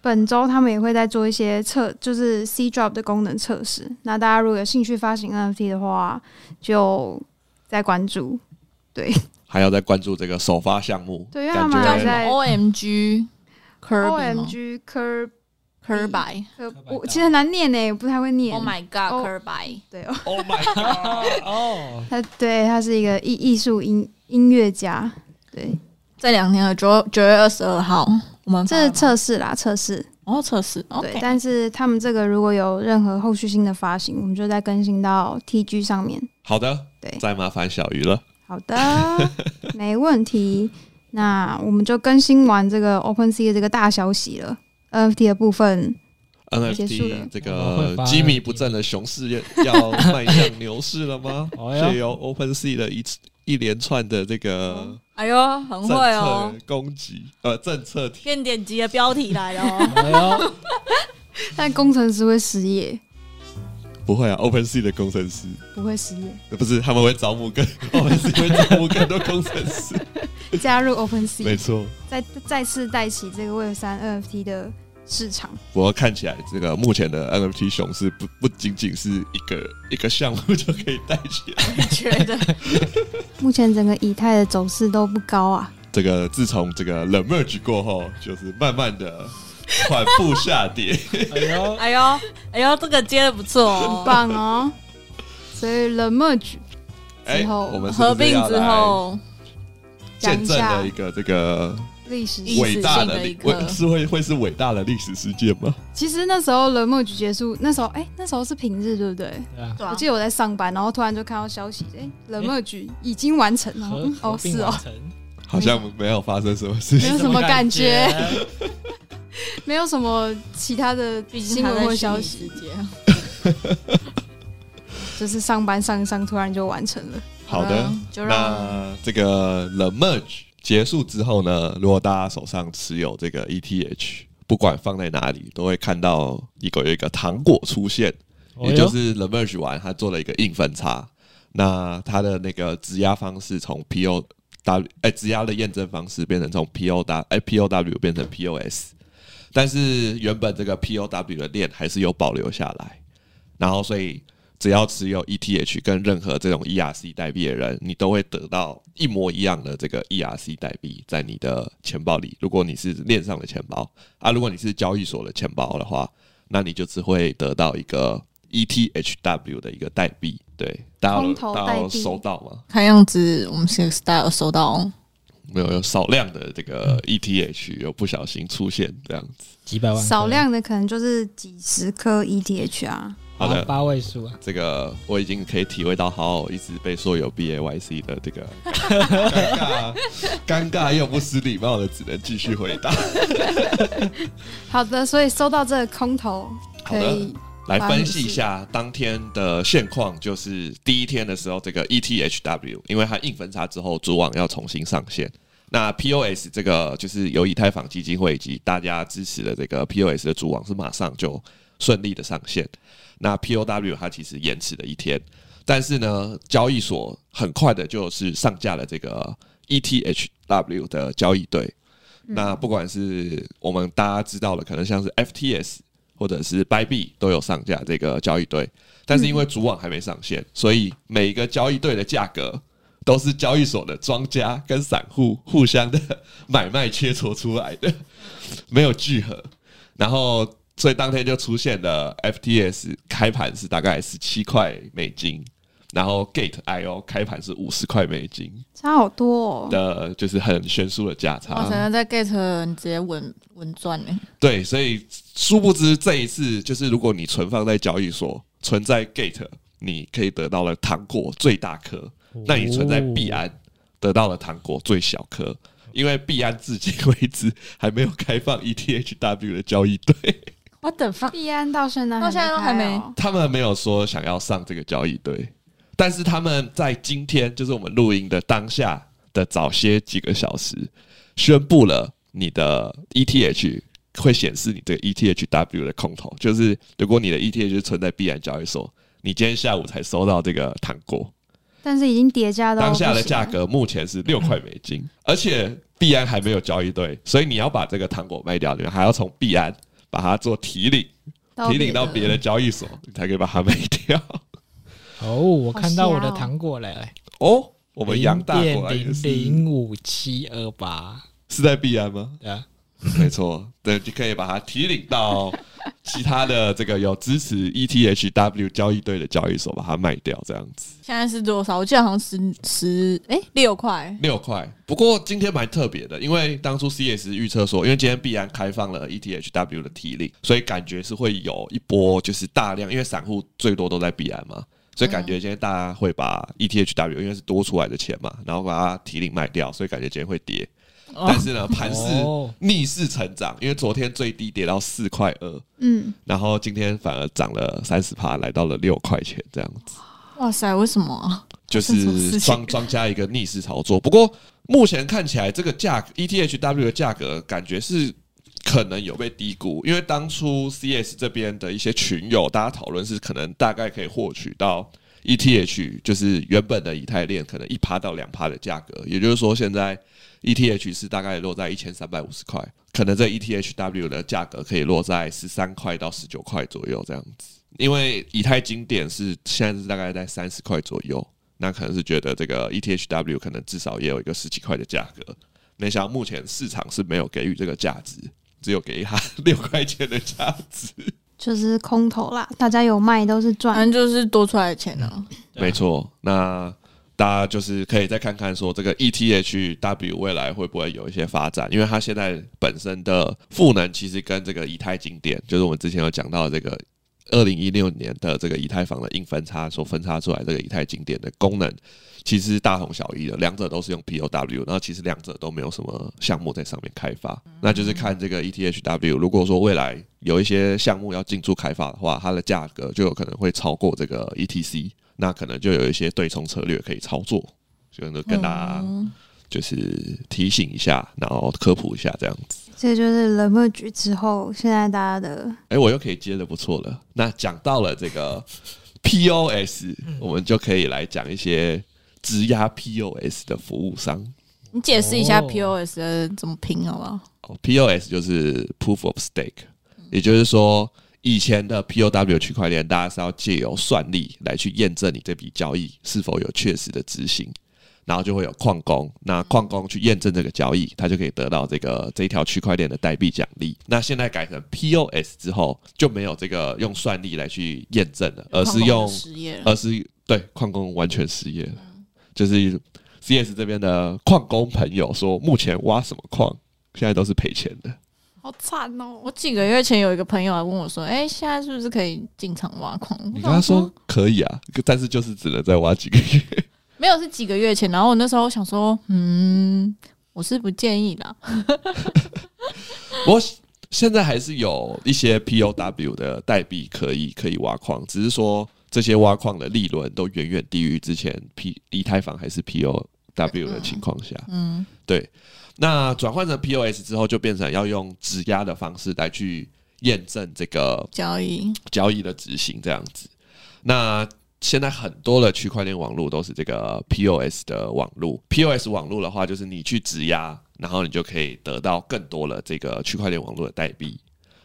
本周他们也会在做一些测，就是 C drop 的功能测试。那大家如果有兴趣发行 NFT 的话，就再关注。
还要再关注这个首发项目，
对因为他
感
们
叫
还
什
在
觉
么 OMG Kirby 吗
OMG Cur
？Kirby。
Cur，
百
我
大
其实很难念呢，我不太会念。
Oh my
哦
God，Kirby。
对哦，
Oh my God！
哦，
他对他是一个艺艺术音音乐家。对，
这两天的九九月二十二号，我们
这是测
测
试啦，测试。
哦测试
对，
，OK，
但是他们这个如果有任何后续性的发行，我们就再更新到 TG 上面。
好的，
对
再麻烦小鱼了。
好的， 没问题。那我们就更新完这个 OpenSea 的这个大消息了，NFT 的部分。结束了
NFT 这
我们
个
会发？
基米不振的熊市要要迈向牛市了吗
哎呀。
借由 OpenSea 的一一连串的这
哦
个
哎呦，很
政
会
策
哦，
攻击，呃，政策提
变点击的标题来了哦
哎呦，
但工程师会失业，
不会啊，OpenSea 的工程师
不会失业，
呃不是他们会招募更 OpenSea 会招募更多工程师，
加入
没
OpenSea，
错。
再再次带起这个 Web 三 NFT 的市场。
不过看起来这个目前的 NFT 熊市不不仅仅是一个一个项目就可以带起来。
觉得
目前整个以太的走势都不高啊，
这个自从这个 The Merge 过后，就是慢慢的缓步下 跌。
哎呦，
哎呦，哎呦，这个接的不错 哦。
棒哦！所以 The Merge
哎，
之后
我们是不
合
是
并
要
之
来
后，
讲
见
一
证
下
了一个这个
历史
历史
伟大的
性的一
历
刻
伟是会会是伟大的历史事件吗？
其实那时候冷漠局结束，那时候哎、那时候是平日对不对？
对啊，
对啊
我记得我在上班，然后突然就看到消息，哎、冷漠局已经完成 了。
合
嗯哦，
合并
是哦
完，成
好像没有发生什么事
没
嗯
情。
有什么感觉
没什么感 觉
没有什么其他的
毕
新
竟它
闻或
在
消
消
息，
息 界，
就是上班上一上，突然就完成了。
好的，，
嗯就让
那这个 The Merge 结束之后呢，如果大家手上持有这个 ETH，不管放在哪里，都会看到一个有一个糖果出现，
哦
也
哟
就是 The Merge 完，它做了一个硬分叉。那它的那个质押方式从 PO W 哎质押的验证方式变成从 PO W 哎 POW 变成 POS，但是原本这个 POW 的链还是有保留下来，然后所以只要持有 ETH 跟任何这种 ERC 代币的人，你都会得到一模一样的这个 ERC 代币在你的钱包里。如果你是链上的钱包啊，如果你是交易所的钱包的话，那你就只会得到一个 E ETHW 的一个代币。对，大家有
空投
大
代
家
币
有收到吗？
看样子我们 Six Style 收到
没有，有少量的这个 ETH 有不小心出现这样子。
几百万颗
少量的可能就是几十颗 ETH 啊，
好
八
的，
八位数啊，
这个我已经可以体会到好好一直被说有 B A Y C 的这个尴尬、尴尬又不失礼貌的，只能继续回答。
好的，所以收到这个空投
好
可
的
以
来分析一下当天的现况，就是第一天的时候，这个 E ETHW，因为它硬分叉之后，主网要重新上线。那 POS 这个就是由以太坊基金会以及大家支持的这个 POS 的主网是马上就顺利的上线。那 POW 它其实延迟了一天，但是呢，交易所很快的就是上架了这个 E ETHW 的交易对。那不管是我们大家知道的，可能像是 FTS 或者是 Bybit 都有上架这个交易对，但是因为主网还没上线，
嗯
所以每一个交易对的价格都是交易所的庄家跟散户互相的买卖切磋出来的， 没有聚合。然后，所以当天就出现了 FTS 开盘是大概十七块美金，然后 Gate IO 开盘是五十块美金
差好多、哦。
的，就是很悬殊的价差。
哇塞，那在 Gate 你直接稳稳赚
欸
呢。
对，所以殊不知这一次就是，如果你存放在交易所，存在 Gate，你可以得到了糖果最大颗；那你存在币安，得到了糖果最小颗。因为币安至今为止还没有开放 E ETHW 的交易对，
What the fuck？
币安到现在
到现在都还没
开哦
他们没有说想要上这个交易对，但是他们在今天，就是我们录音的当下的早些几个小时，宣布了你的 ETH 会显示你这个 ETHW 的空头，就是如果你的 ETH 是存在必然交易所，你今天下午才收到这个糖果，
但是已经叠加到
当下
不
的
行
价
了，
格目 前是六块美金，而且币安还没有交易对，所以你要把这个糖果卖掉，你还要从币安把它做提领，提领到别的交易所，你才可以把它卖掉。
哦，我
好
看到我
瞎
的
哦
糖果了，
哦，我们杨大
点
果然也
零
是
零五七二八，
是在币安吗？
对啊，
没错，对，就可以把它提领到其他的这个有支持 E ETHW 交易对的交易所，把它卖掉，这样子
现在是多少？我记得好像十十哎六块，
六块。不过今天蛮特别的，因为当初 CS 预测说，因为今天必然开放了 E ETHW 的提领，所以感觉是会有一波就是大量，因为散户最多都在币安嘛。所以感觉今天大家会把 E ETHW 因为是多出来的钱嘛，然后把它提领卖掉，所以感觉今天会跌。但是呢，盘势
哦
逆势成长，因为昨天最低跌到四块二，
嗯，
然后今天反而涨了三十趴，来到了六块钱这样子，
哇塞，为什么啊？
就
这种
是
事情
庄庄家一个逆势操作。不过目前看起来，这个价格 E ETHW 的价格感觉是可能有被低估，因为当初 CS 这边的一些群友大家讨论是可能大概可以获取到 ETH 就是原本的以太链可能一趴到两趴的价格，也就是说现在 ETH 是大概落在一千三百五十块，可能这 E ETHW 的价格可以落在十三块到十九块左右这样子，因为以太经典是现在是大概在三十块左右，那可能是觉得这个 E ETHW 可能至少也有一个十几块的价格，没想到目前市场是没有给予这个价值。只有给他 六块钱的价值，
就是空头啦，大家有卖都是
反
赚。
正就是多出来的钱
嗯
啊。
对啊
没错。那大家就是可以再看看说这个 E ETHW 未来会不会有一些发展，因为它现在本身的赋能其实跟这个以太经典，就是我们之前有讲到的这个。二零一六年的这个以太坊的硬分叉所分叉出来这个以太经典的功能，其实大同小异的，两者都是用 POW，然后其实两者都没有什么项目在上面开发，那就是看这个 E ETHW。如果说未来有一些项目要进驻开发的话，它的价格就有可能会超过这个 E ETC，那可能就有一些对冲策略可以操作，就能跟大家就是提醒一下，然后科普一下这样子。
这就是 The Merge 之后，现在大家的
哎、我又可以接的不错了。那讲到了这个 POS，我们就可以来讲一些质押 POS 的服务商。
你解释一下
哦
POS 的怎么拼好不好？
哦，POS 就是 Proof of Stake，也就是说，以前的 POW 区块链，大家是要借由算力来去验证你这笔交易是否有确实的执行，然后就会有矿工，那矿工去验证这个交易，他就可以得到这个这一条区块链的代币奖励。那现在改成 POS 之后，就没有这个用算力来去验证了，而呃是用
失业了，
而是对矿工完全失业了，就是 CS 这边的矿工朋友说，目前挖什么矿，现在都是赔钱的。
好惨哦
我几个月前有一个朋友来问我说：“哎、现在是不是可以进场挖矿？”
你
我
跟
想
他说可以啊，但是就是只能再挖几个月。
没有，是几个月前。然后我那时候想说：“嗯，我是不建议啦。
我现在还是有一些 POW 的代币可以可以挖矿，只是说这些挖矿的利润都远远低于之前 P 以太坊还是 POW 的情况下。
嗯，
对，那转换成 POS 之后，就变成要用质押的方式来去验证这个
交易
交易的执行这样子。那现在很多的区块链网络都是这个 POS 的网络，POS 网络的话，就是你去质押，然后你就可以得到更多的这个区块链网络的代币，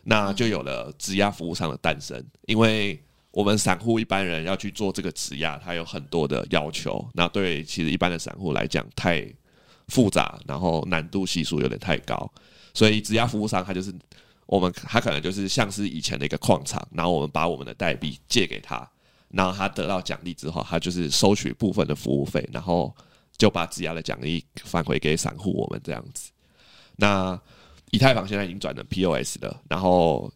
那就有了质押服务商的诞生。因为我们散户一般人要去做这个质押，它有很多的要求，那对其实一般的散户来讲太复杂，然后难度系数有点太高，所以质押服务商它就是我们他可能就是像是以前的一个矿场，然后我们把我们的代币借给他，然后他得到奖励之后，他就是收取部分的服务费，然后就把质押的奖励返回给散户我们这样子。那以太坊现在已经转成 POS 了，然后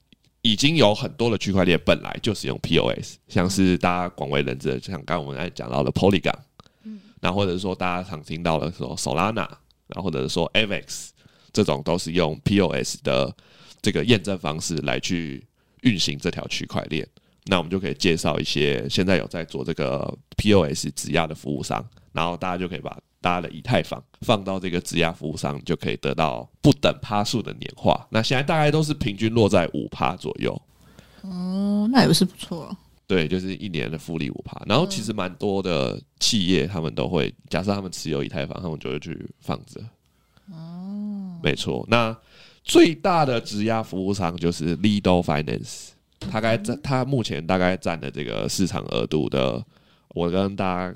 已经有很多的区块链本来就使用 POS，像是大家广为人知的，像刚刚我们在讲到的 Polygon，然后或者是说大家常听到的说 Solana，然后或者是说 Avex，这种都是用 POS 的这个验证方式来去运行这条区块链。那我们就可以介绍一些现在有在做这个 POS 质押的服务商，然后大家就可以把大家的以太坊放到这个质押服务商，就可以得到不等趴数的年化。那现在大概都是平均落在五趴左右，
哦，那也是不错啊。
对，就是一年的复利五趴。然后其实蛮多的企业他们都会，假设他们持有以太坊，他们就会去放着。哦，没错。那最大的质押服务商就是 Lido Finance，大概占它目前大概占的这个市场额度的，我跟大家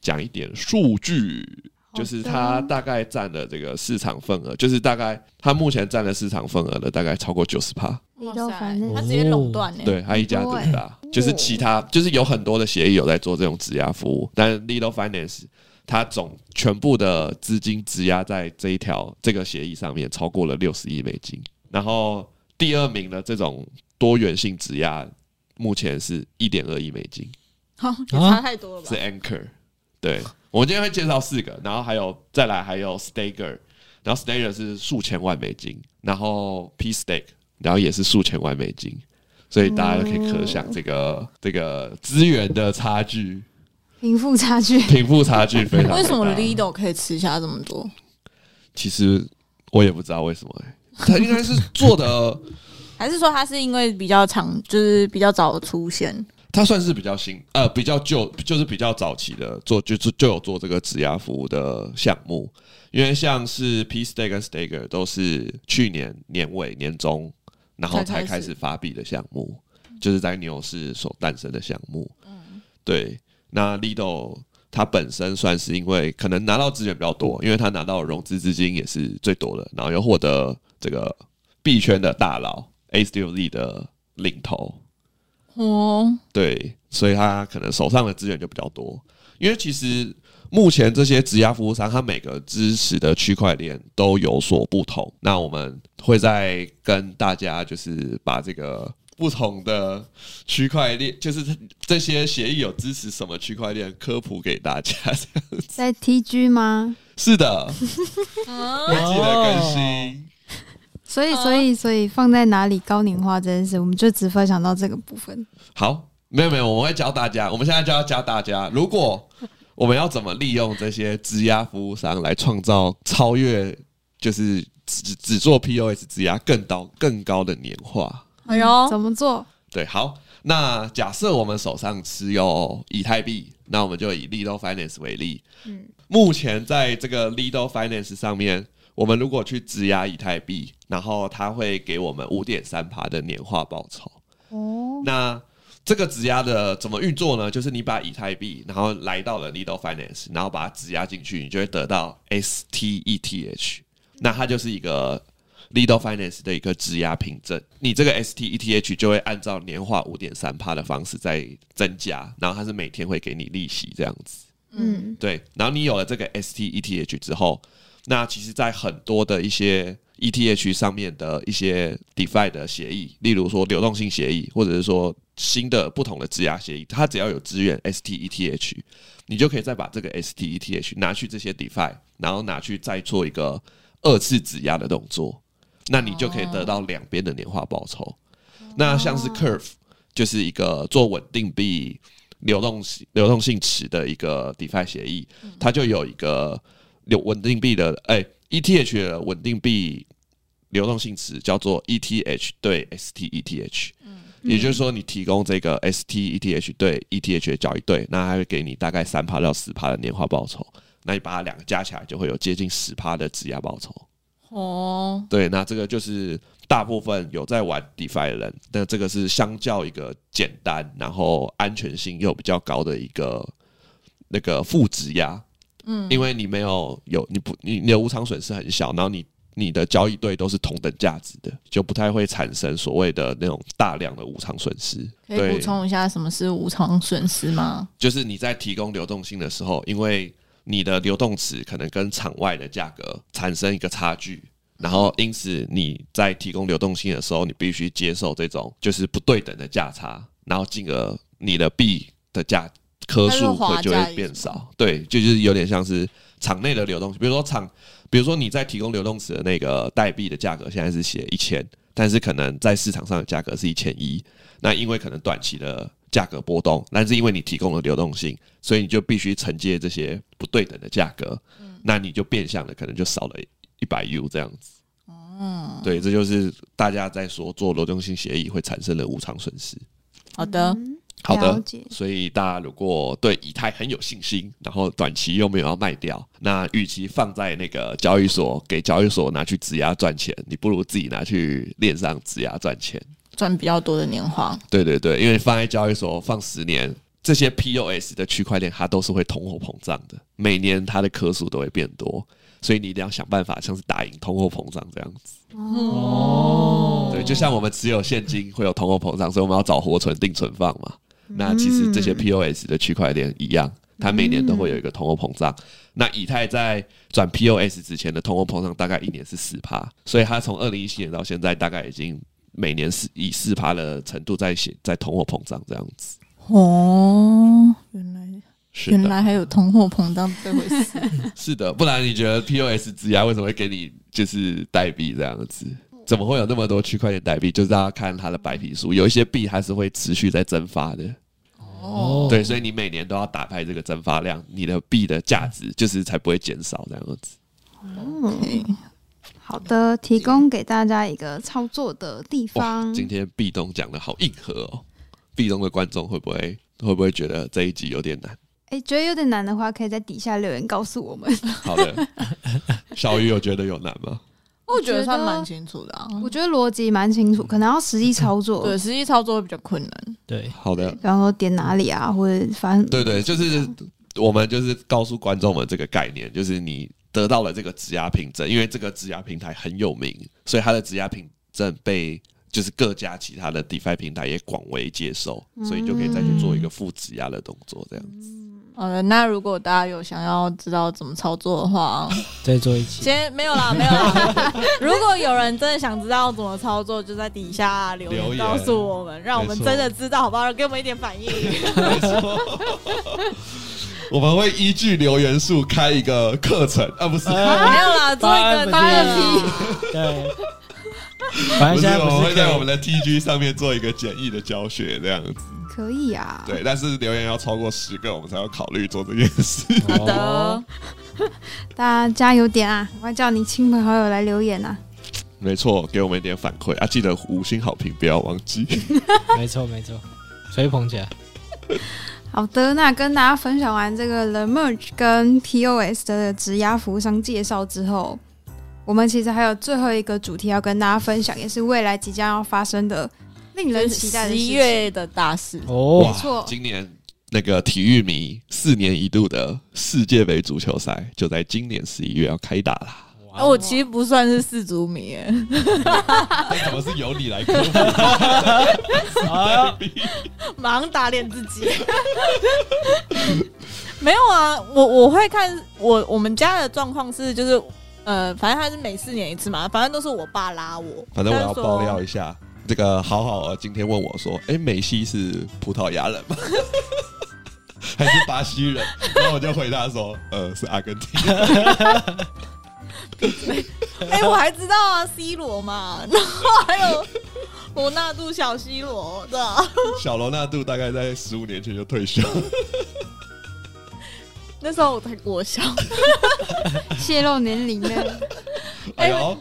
讲一点数据。就是它大概占了这个市场份额，就是大概它目前占了市场份额的大概超过九十趴。
你都反正
他直接垄断欸呢。
哦对，他一家独大，就是其他就是有很多的协议有在做这种质押服务，但 Lido Finance 它总全部的资金质押在这一条这个协议上面超过了六十亿美金，然后第二名的这种多元性质押目前是一点二亿美金，
好， 也差太多了
啊是
吧？
Anchor，对，我们今天会介绍四个，然后还有再来还有 Staker，然后 Staker 是数千万美金，然后 P Stake，然后也是数千万美金，所以大家可以可想这个、
嗯
这个资源的差距，
贫富差距。
贫富差距非常的大
为什么 Lido 可以吃下这么多？
其实我也不知道为什么、欸，他应该是做的，
还是说它是因为比较长，就是比较早出现？
他算是比较新，呃，比较旧，就是比较早期的做，就就就有做这个质押服务的项目，因为像是 P Stake 跟 Staker 都是去年年尾年中，然后才
才开
开
始
始发币的项目，就是在牛市所诞生的项目。对，那 Lido 它本身算是因为可能拿到资源比较多，因为它拿到融资资金也是最多的，然后又获得这个币圈的大佬 A s t e l Z 的领头，
哦，
对，所以他可能手上的资源就比较多。因为其实目前这些质押服务商，它每个支持的区块链都有所不同。那我们会再跟大家就是把这个不同的区块链，就是这些协议有支持什么区块链，科普给大家。
在 TG 吗？
是的，会记得更新。
所
嗯
以，所以，所以放在哪里高龄化这件事，我们就只分享到这个部分。
好，没有没有，我们会教大家，我们现在就要教大家，如果我们要怎么利用这些质押服务商来创造超越，就是只只做 POS 质押更高更高的年化。
哎呦，
嗯怎么做？
对，好，那假设我们手上持有以太币，那我们就以 Lido Finance 为例。目前在这个 Lido Finance 上面，我们如果去质押以太币，然后它会给我们五点三趴的年化报酬。
哦，
那这个质押的怎么运作呢？就是你把以太币，然后来到了 Lido Finance，然后把它质押进去，你就会得到 STETH。那它就是一个 Lido Finance 的一个质押凭证。你这个 STETH 就会按照年化五点三趴的方式在增加，然后它是每天会给你利息这样子。
嗯，
对，然后你有了这个 STETH 之后，那其实，在很多的一些 ETH 上面的一些 DeFi 的协议，例如说流动性协议，或者是说新的不同的质押协议，它只要有支援 STETH，你就可以再把这个 E STETH 拿去这些 DeFi，然后拿去再做一个二次质押的动作。那你就可以得到两边的年化报酬。那像是 Curve 就是一个做稳定币流动性流动性池的一个 DeFi 协议，它就有一个有稳定币的哎、ETH 的稳定币流动性池叫做 ETH 对 STETH。也就是说，你提供这个 STETH 对 ETH 的交易对，那它会给你大概三趴到十趴的年化报酬。那你把它两个加起来，就会有接近十趴的质押报酬。
哦，
对，那这个就是大部分有在玩 DeFi 的人，那这个是相较一个简单，然后安全性又比较高的一个那个负质押。嗯，因为你没有有你不你你的无偿损失很小，然后你你的交易对都是同等价值的，就不太会产生所谓的那种大量的无偿损失。
可以补
对，
充一下什么是无偿损失吗？
就是你在提供流动性的时候，因为你的流动池可能跟场外的价格产生一个差距，然后因此你在提供流动性的时候，你必须接受这种就是不对等的价差，然后进而你的币的价颗数会就会变少。对，就就是有点像是场内的流动性，比如说场，比如说你在提供流动池的那个代币的价格现在是写一千，但是可能在市场上的价格是一千一，那因为可能短期的价格波动，但是因为你提供了流动性，所以你就必须承接这些不对等的价格，那你就变相的可能就少了一百 U 这样子。哦，对，这就是大家在说做流动性协议会产生的无偿损失。
好的，
嗯
好的
了解
所以大家如果对以太很有信心，然后短期又没有要卖掉，那与其放在那个交易所给交易所拿去质押赚钱，你不如自己拿去链上质押赚钱。
赚比较多的年化，
对对对，因为放在交易所放十年，这些 POS 的区块链它都是会通货膨胀的，每年它的颗数都会变多，所以你一定要想办法，像是打赢通货膨胀这样子。哦，对，就像我们持有现金会有通货膨胀，所以我们要找活存、定存放嘛。那其实这些 POS 的区块链一样，它每年都会有一个通货膨胀。那以太在转 POS 之前的通货膨胀大概一年是四趴，所以它从二零一七年到现在大概已经每年是以四趴的程度在写在通货膨胀这样子。
哦，原来
是
原
的，
来还有通货膨胀这回事。
是的，不然你觉得 POS 质押为什么会给你就是代币这样子？怎么会有那么多区块链代币？就是大家看它的白皮书，有一些币它是会持续在蒸发的。
哦，
对，所以你每年都要打开这个蒸发量，你的币的价值就是才不会减少这样子。
好的，提供给大家一个操作的地
哇，
方。
今天壁咚讲的好硬核哦，壁咚的观众会不会会不会觉得这一集有点难？
哎、觉得有点难的话，可以在底下留言告诉我们。
好的，小鱼有觉得有难吗？
我觉得算蛮清楚的啊，
我觉得逻辑蛮清楚，可能要实际操作，
对，实际操作会比较困难。
对，
好的，
比方说点哪里啊，或者反正
对
嗯
对，就是我们就是告诉观众们这个概念，就是你得到了这个质押凭证，因为这个质押平台很有名，所以它的质押凭证被就是各家其他的 DeFi 平台也广为接受，
嗯
所以你就可以再去做一个负质押的动作，这样子。
好的，那如果大家有想要知道怎么操作的话，
再做一期。
先没有 啦，没有啦。如果有人真的想知道怎么操作，就在底下留
留
言
言
告诉我们，让我们
没错
真的知道，好不好？给我们一点 反应。
我们会依据留言数开一个课程，啊，不是，
没有啦，做一个
发案不对，反正现在不是可以
的 TG 上面做一个简易的教学，这样子。
可以啊。，
对，但是留言要超过十个，我们才要考虑做这件事。
好
哦
的，
大家加油点啊！赶快叫你亲朋好友来留言啊！
没错，给我们一点反馈啊！记得五星好评，不要忘 记。
没错没错，吹捧起来。
好的，那跟大家分享完这个 The Merge 跟 POS 的质押服务商介绍之后，我们其实还有最后一个主题要跟大家分享，也是未来即将要发生的令人期待的
十
事
一
情。
月的大事，
没
哦，
错，
今年那个体育迷四年一度的世界杯足球赛，就在今年十一月要开打 啦。
哎我其实不算是四足迷，哎
那哎怎么是由你来科普？
啊
马上打脸自己。 没有啊，我我会看我我们家的状况是就是呃，反正他是每四年一次嘛，反正都是我爸拉我。
反正我要
他说
爆料一下，这个好好儿今天问我说：“哎、梅西是葡萄牙人吗？ 还是巴西 人？”然后我就回答说：“呃，是阿根廷。
哎、我还知道啊，C 罗嘛， 然后还有罗纳度、小 C 罗啊的，
小罗纳度大概在十五年前就退休，
那时候我在国小，
泄露年龄的，
哎呦，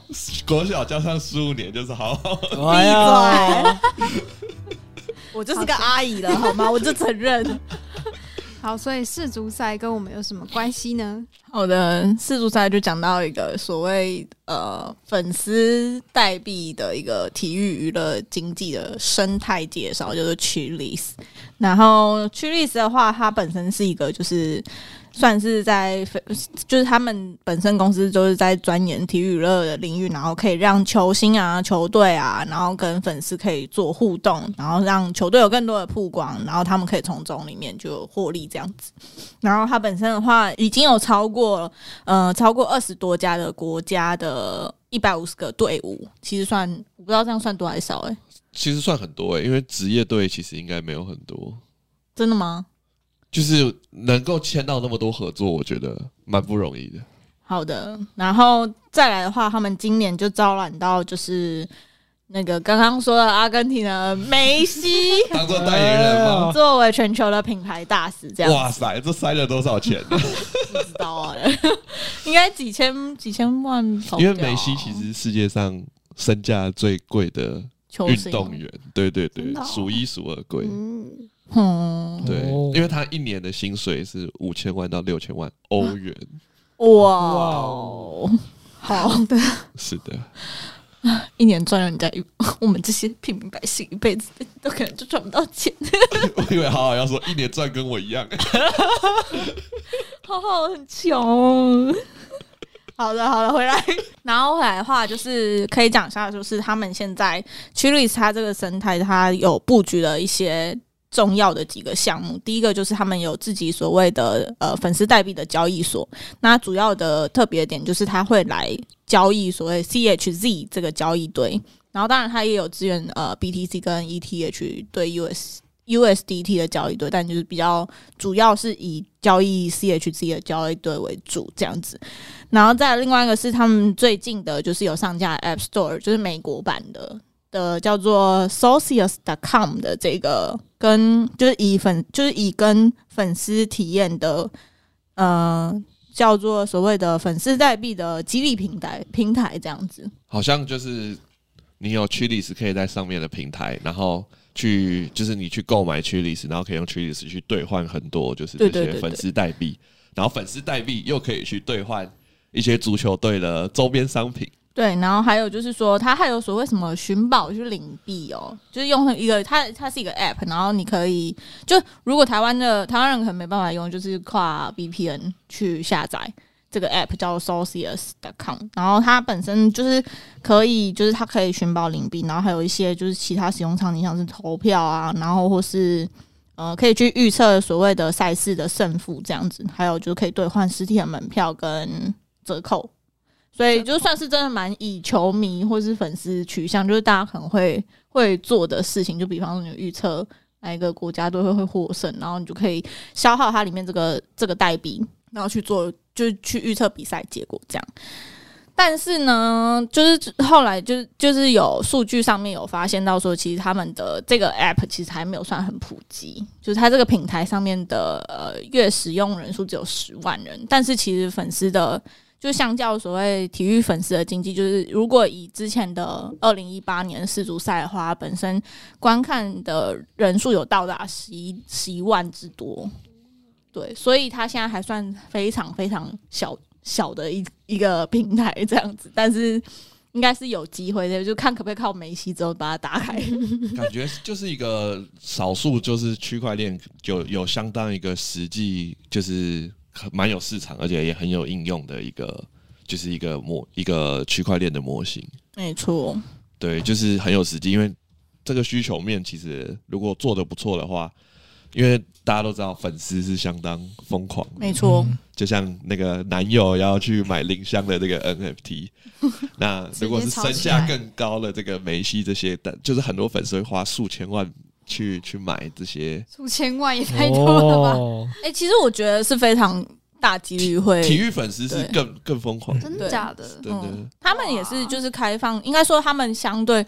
国小加上十五年就是好，
哎呀，
我就是个阿姨了，好吗？我就承认。
好，所以世足赛跟我们有什么关系呢？
好哦的，世足赛就讲到一个所谓呃粉丝代币的一个体育娱乐经济的生态介绍，就是 Chili's。然后 Chili's 的话，它本身是一个就是算是在就是他们本身公司就是在钻研体育娱乐的领域，然后可以让球星啊、球队啊，然后跟粉丝可以做互动，然后让球队有更多的曝光，然后他们可以从中里面就获利这样子。然后它本身的话，已经有超过呃超过二十多家的国家的一百五十个队伍，其实算我不知道这样算多还是少哎、欸
其实算很多哎、因为职业队其实应该没有很多，
真的吗？
就是能够签到那么多合作，我觉得蛮不容易的。
好的，然后再来的话，他们今年就招揽到就是那个刚刚说的阿根廷的梅 西
当做代言人吗？
作为全球的品牌大使，这样
哇塞，这塞了多少钱？
不知道啊，应该几千几千万跑不掉
因
啊，
为梅西其实是世界上身价最贵的
球
运
星
动员，对对对
真的，哦
数一数二贵。
嗯，
嗯，
对
哦，
因为他一年的薪水是五千万到六千万欧元。
嗯
哇
哦
哦，好。
是的，
一年赚了人家一， 我们这些平民百姓一辈子都可能就赚不到钱。
我以为好好要说一年赚跟我一样。
浩浩很穷。 好的，好的，回来。然后回来的话，就是可以讲一下，就是他们现在 Chili's 它这个生态，它有布局了一些重要的几个项目。第一个就是他们有自己所谓的呃粉丝代币的交易所，那主要的特别点就是它会来交易所谓 CHZ 这个交易堆，然后当然它也有资源呃 BTC 跟 ETH 对 US USDT 的交易堆，但就是比较主要是以交易 CHZ 的交易对为主这样子，然后再另外一个是他们最近的，就是有上架 App Store，就是美国版的的叫做 Socius.com 的这个跟就是以粉就是以跟粉丝体验的呃叫做所谓的粉丝代币的激励平台平台这样子，
好像就是你有 Chili's 可以在上面的平台，然后去就是你去购买 Chili's，然后可以用 Chili's 去兑换很多就是
对
这
对
些
对对
粉丝代币，然后粉丝代币又可以去兑换一些足球队的周边商品。
对，然后还有就是说，它还有所谓什么寻宝去领币哦，就是用一个它它是一个 app，然后你可以就如果台湾的台湾人可能没办法用，就是跨 VPN 去下载这个 app 叫 Socius.com，然后它本身就是可以就是它可以寻宝领币，然后还有一些就是其他使用场景，像是投票啊，然后或是呃可以去预测所谓的赛事的胜负这样子，还有就是可以兑换实体的门票跟折扣。所以就算是真的蛮以球迷或是粉丝取向，就是大家可能会会做的事情，就比方说你预测哪一个国家队会会获胜，然后你就可以消耗它里面这个这个代币，然后去做就是去预测比赛结果这样。但是呢，就是后来就是就是有数据上面有发现到说，其实他们的这个 app 其实还没有算很普及，就是它这个平台上面的呃月使用人数只有十万人，但是其实粉丝的就相较所谓体育粉丝的经济，就是如果以之前的二零一八年世足赛的话，本身观看的人数有到达十一十一万之多，对，所以它现在还算非常非常小小的一一个平台这样子，但是应该是有机会的，就看可不可以靠梅西之后把它打开。
感觉就是一个少数，就是区块链有有相当一个实际，就是很蛮有市场，而且也很有应用的一个，就是一个模一个区块链的模型。
没错，
对，就是很有实际，因为这个需求面其实如果做的不错的话，因为大家都知道粉丝是相当疯狂的，
没错，
就像那个男友要去买林香的这个 NFT，那如果是身价更高的这个梅西这些，但就是很多粉丝会花数千万去去买这些，
数千万也太多了吧？
哦
哎、其实我觉得是非常大几率会
体育粉丝是
对
更更疯狂，
真
真
的
对
假的？
的。
他们也是就是开放，应该说他们相对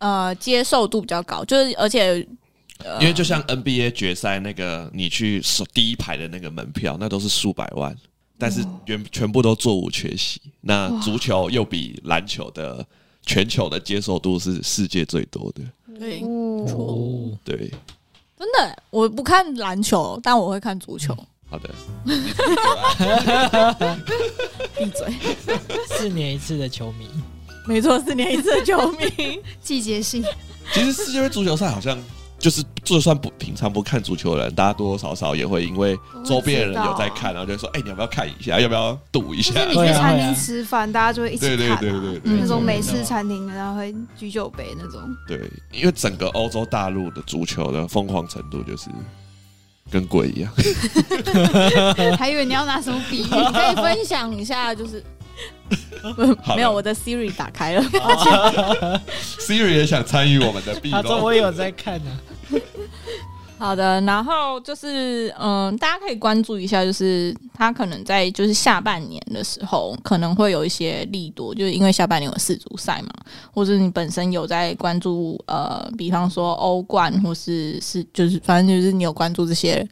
呃接受度比较高，就是而且呃
因为就像 NBA 决赛那个，你去首第一排的那个门票，那都是数百万，但是全全部都座无缺席。那足球又比篮球的全球的接受度是世界最多的，
对
哦，
哦，
对。
真的我不看篮球，但我会看足球。
好的，
闭嘴，
四年一次的球迷，
没错，四年一次的球迷。
季节性
其实世界杯足球赛好像就是，就算不平常不看足球的人，大家多多少少也会因为周边的人有在看，然后就会说：“哎、你要不要看一下？要不要赌一
就
下
是你
对
去
啊
餐
对啊
厅吃饭，大家就会一起
对对
看啊
对对对
那
对
种美
没
式
错
餐厅，然后会举酒杯那 种。？”
对，因为整个欧洲大陆的足球的疯狂程度就是跟鬼一样。
还以为你要拿什么 比喻，
你可以分享一下，就是
好了
没有我的 Siri 打开了，
Siri 也想参与我们的 B
他说
楼
我，有在看啊，
好的，然后就是嗯、大家可以关注一下，就是他可能在就是下半年的时候，可能会有一些利多，就是因为下半年有世足赛嘛，或者你本身有在关注呃，比方说欧冠或是是就是反正就是你有关注这些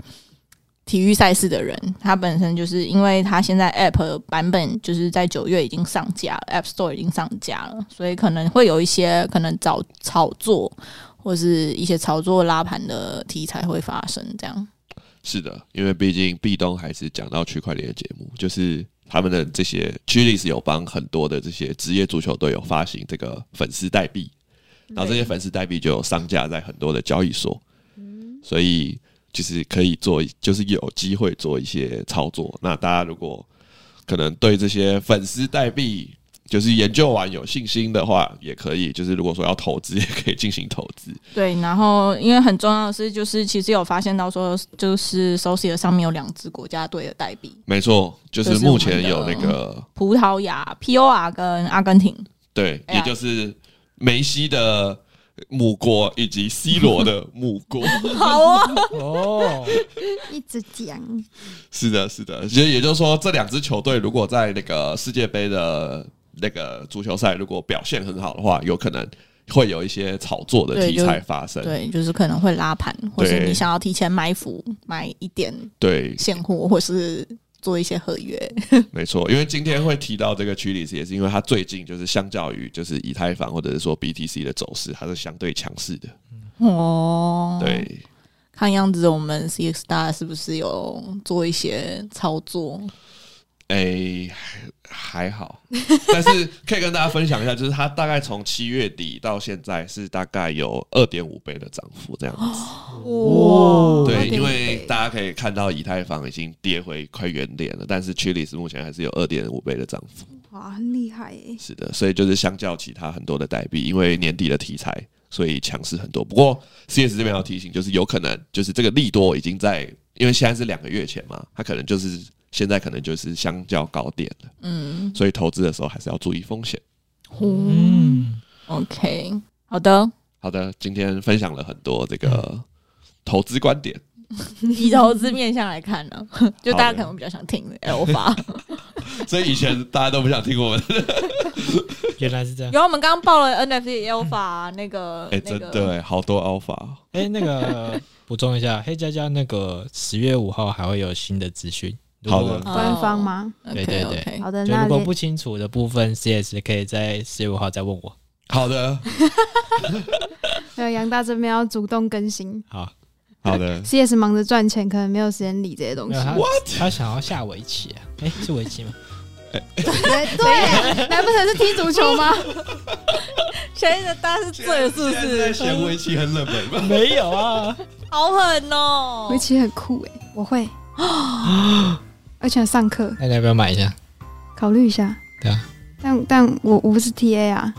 体育赛事的人，他本身就是因为他现在 App 版本就是在九月已经上架了，App Store 已经上架了，所以可能会有一些可能找炒作。或是一些炒作拉盘的题材会发生。这样，
是的，因为毕竟壁咚还是讲到区块链的节目，就是他们的这些 g l i s 有帮很多的这些职业足球队有发行这个粉丝代币，然后这些粉丝代币就有上架在很多的交易所，所以就是可以做，就是有机会做一些操作。那大家如果可能对这些粉丝代币就是研究完有信心的话，也可以，就是如果说要投资，也可以进行投资。
对。然后，因为很重要的是，就是其实有发现到说，就是 Social 上面有两支国家队的代币，
没错，就是目前有那个。
葡萄牙 POR 跟阿根廷。
对，
哎
也
呀
就是梅西的母国以及 C 罗的母国。
好啊，
哦，
一直讲，
是的，是的，也也就是说，这两支球队如果在那个世界杯的那个足球赛如果表现很好的话，有可能会有一些炒作的
对
题
就
材发生。
对，就是可能会拉盘，或是
对
你想要提前埋伏买一点
对，
现货，或是做一些合约。
没错，因为今天会提到这个曲里斯，也是因为它最近就是相较于就是以太坊或者是说 BTC 的走势，它是相对强势的。
哦，
对，
看样子我们 CX 大是不是有做一些操作？
哎、还好， 但是可以跟大家分享一下，就是它大概从七月底到现在是大概有二点五倍的涨幅这样子。
哇，
对，因
2.5
为
倍
大家可以看到以太坊已经跌回快原点了，但是 Chilis 目前还是有二点五倍的涨幅。
哇，很厉害耶！
是的，所以就是相较其他很多的代币，因为年底的题材，所以强势很多。不过 CS 这边要提醒，就是有可能就是这个利多已经在，因为现在是两个月前嘛，它可能就是现在可能就是相较高点了。
嗯，
所以投资的时候还是要注意风险。
嗯，
OK，好的，
好的，今天分享了很多这
嗯
个投资观点。
以投资面向来看 呢、就
好的
大家可能比较想听 L 法。
所以以前大家都不想听我们，
原来是这样。
有我们刚刚报了 NFT L 法那个，
哎、
那
真
个
的、哎，好多 alpha，
哎、那 个补充一下，黑佳佳那个十月五号还会有新的资讯。如果
好的
哦
官方？吗？
对对对
OK，OK
好的，
就
那
如果
连
不清楚的部分，CS 可以在十月五号再问我。
好的，
没有杨大这边要主动更新
好，
好 的，
，CS 忙着赚钱，可能没有时间理这
哦
些东
没
西
有。他
What？
他想要下围棋、啊，哎、是围棋吗？
对 对，难不成是踢足球 吗？
现在的大家是醉了是不
现在
是？
嫌围棋很冷门 吗？
没有啊，
好狠哦
围！棋很酷哎，我 会，而且上课
那你要不要买一下？
考虑一下。
对啊，
但但我我不是 TA 啊，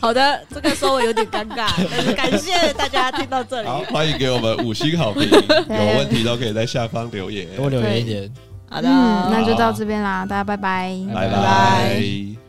好的，这个收尾有点尴尬， 但 是感谢大家听到这里。
好，欢迎给我们五星好 评，有问题都可以在下方留言，
多留言一点。
嗯
好的，
哦
嗯，那就到这边啦，大家拜拜。
拜
拜
拜。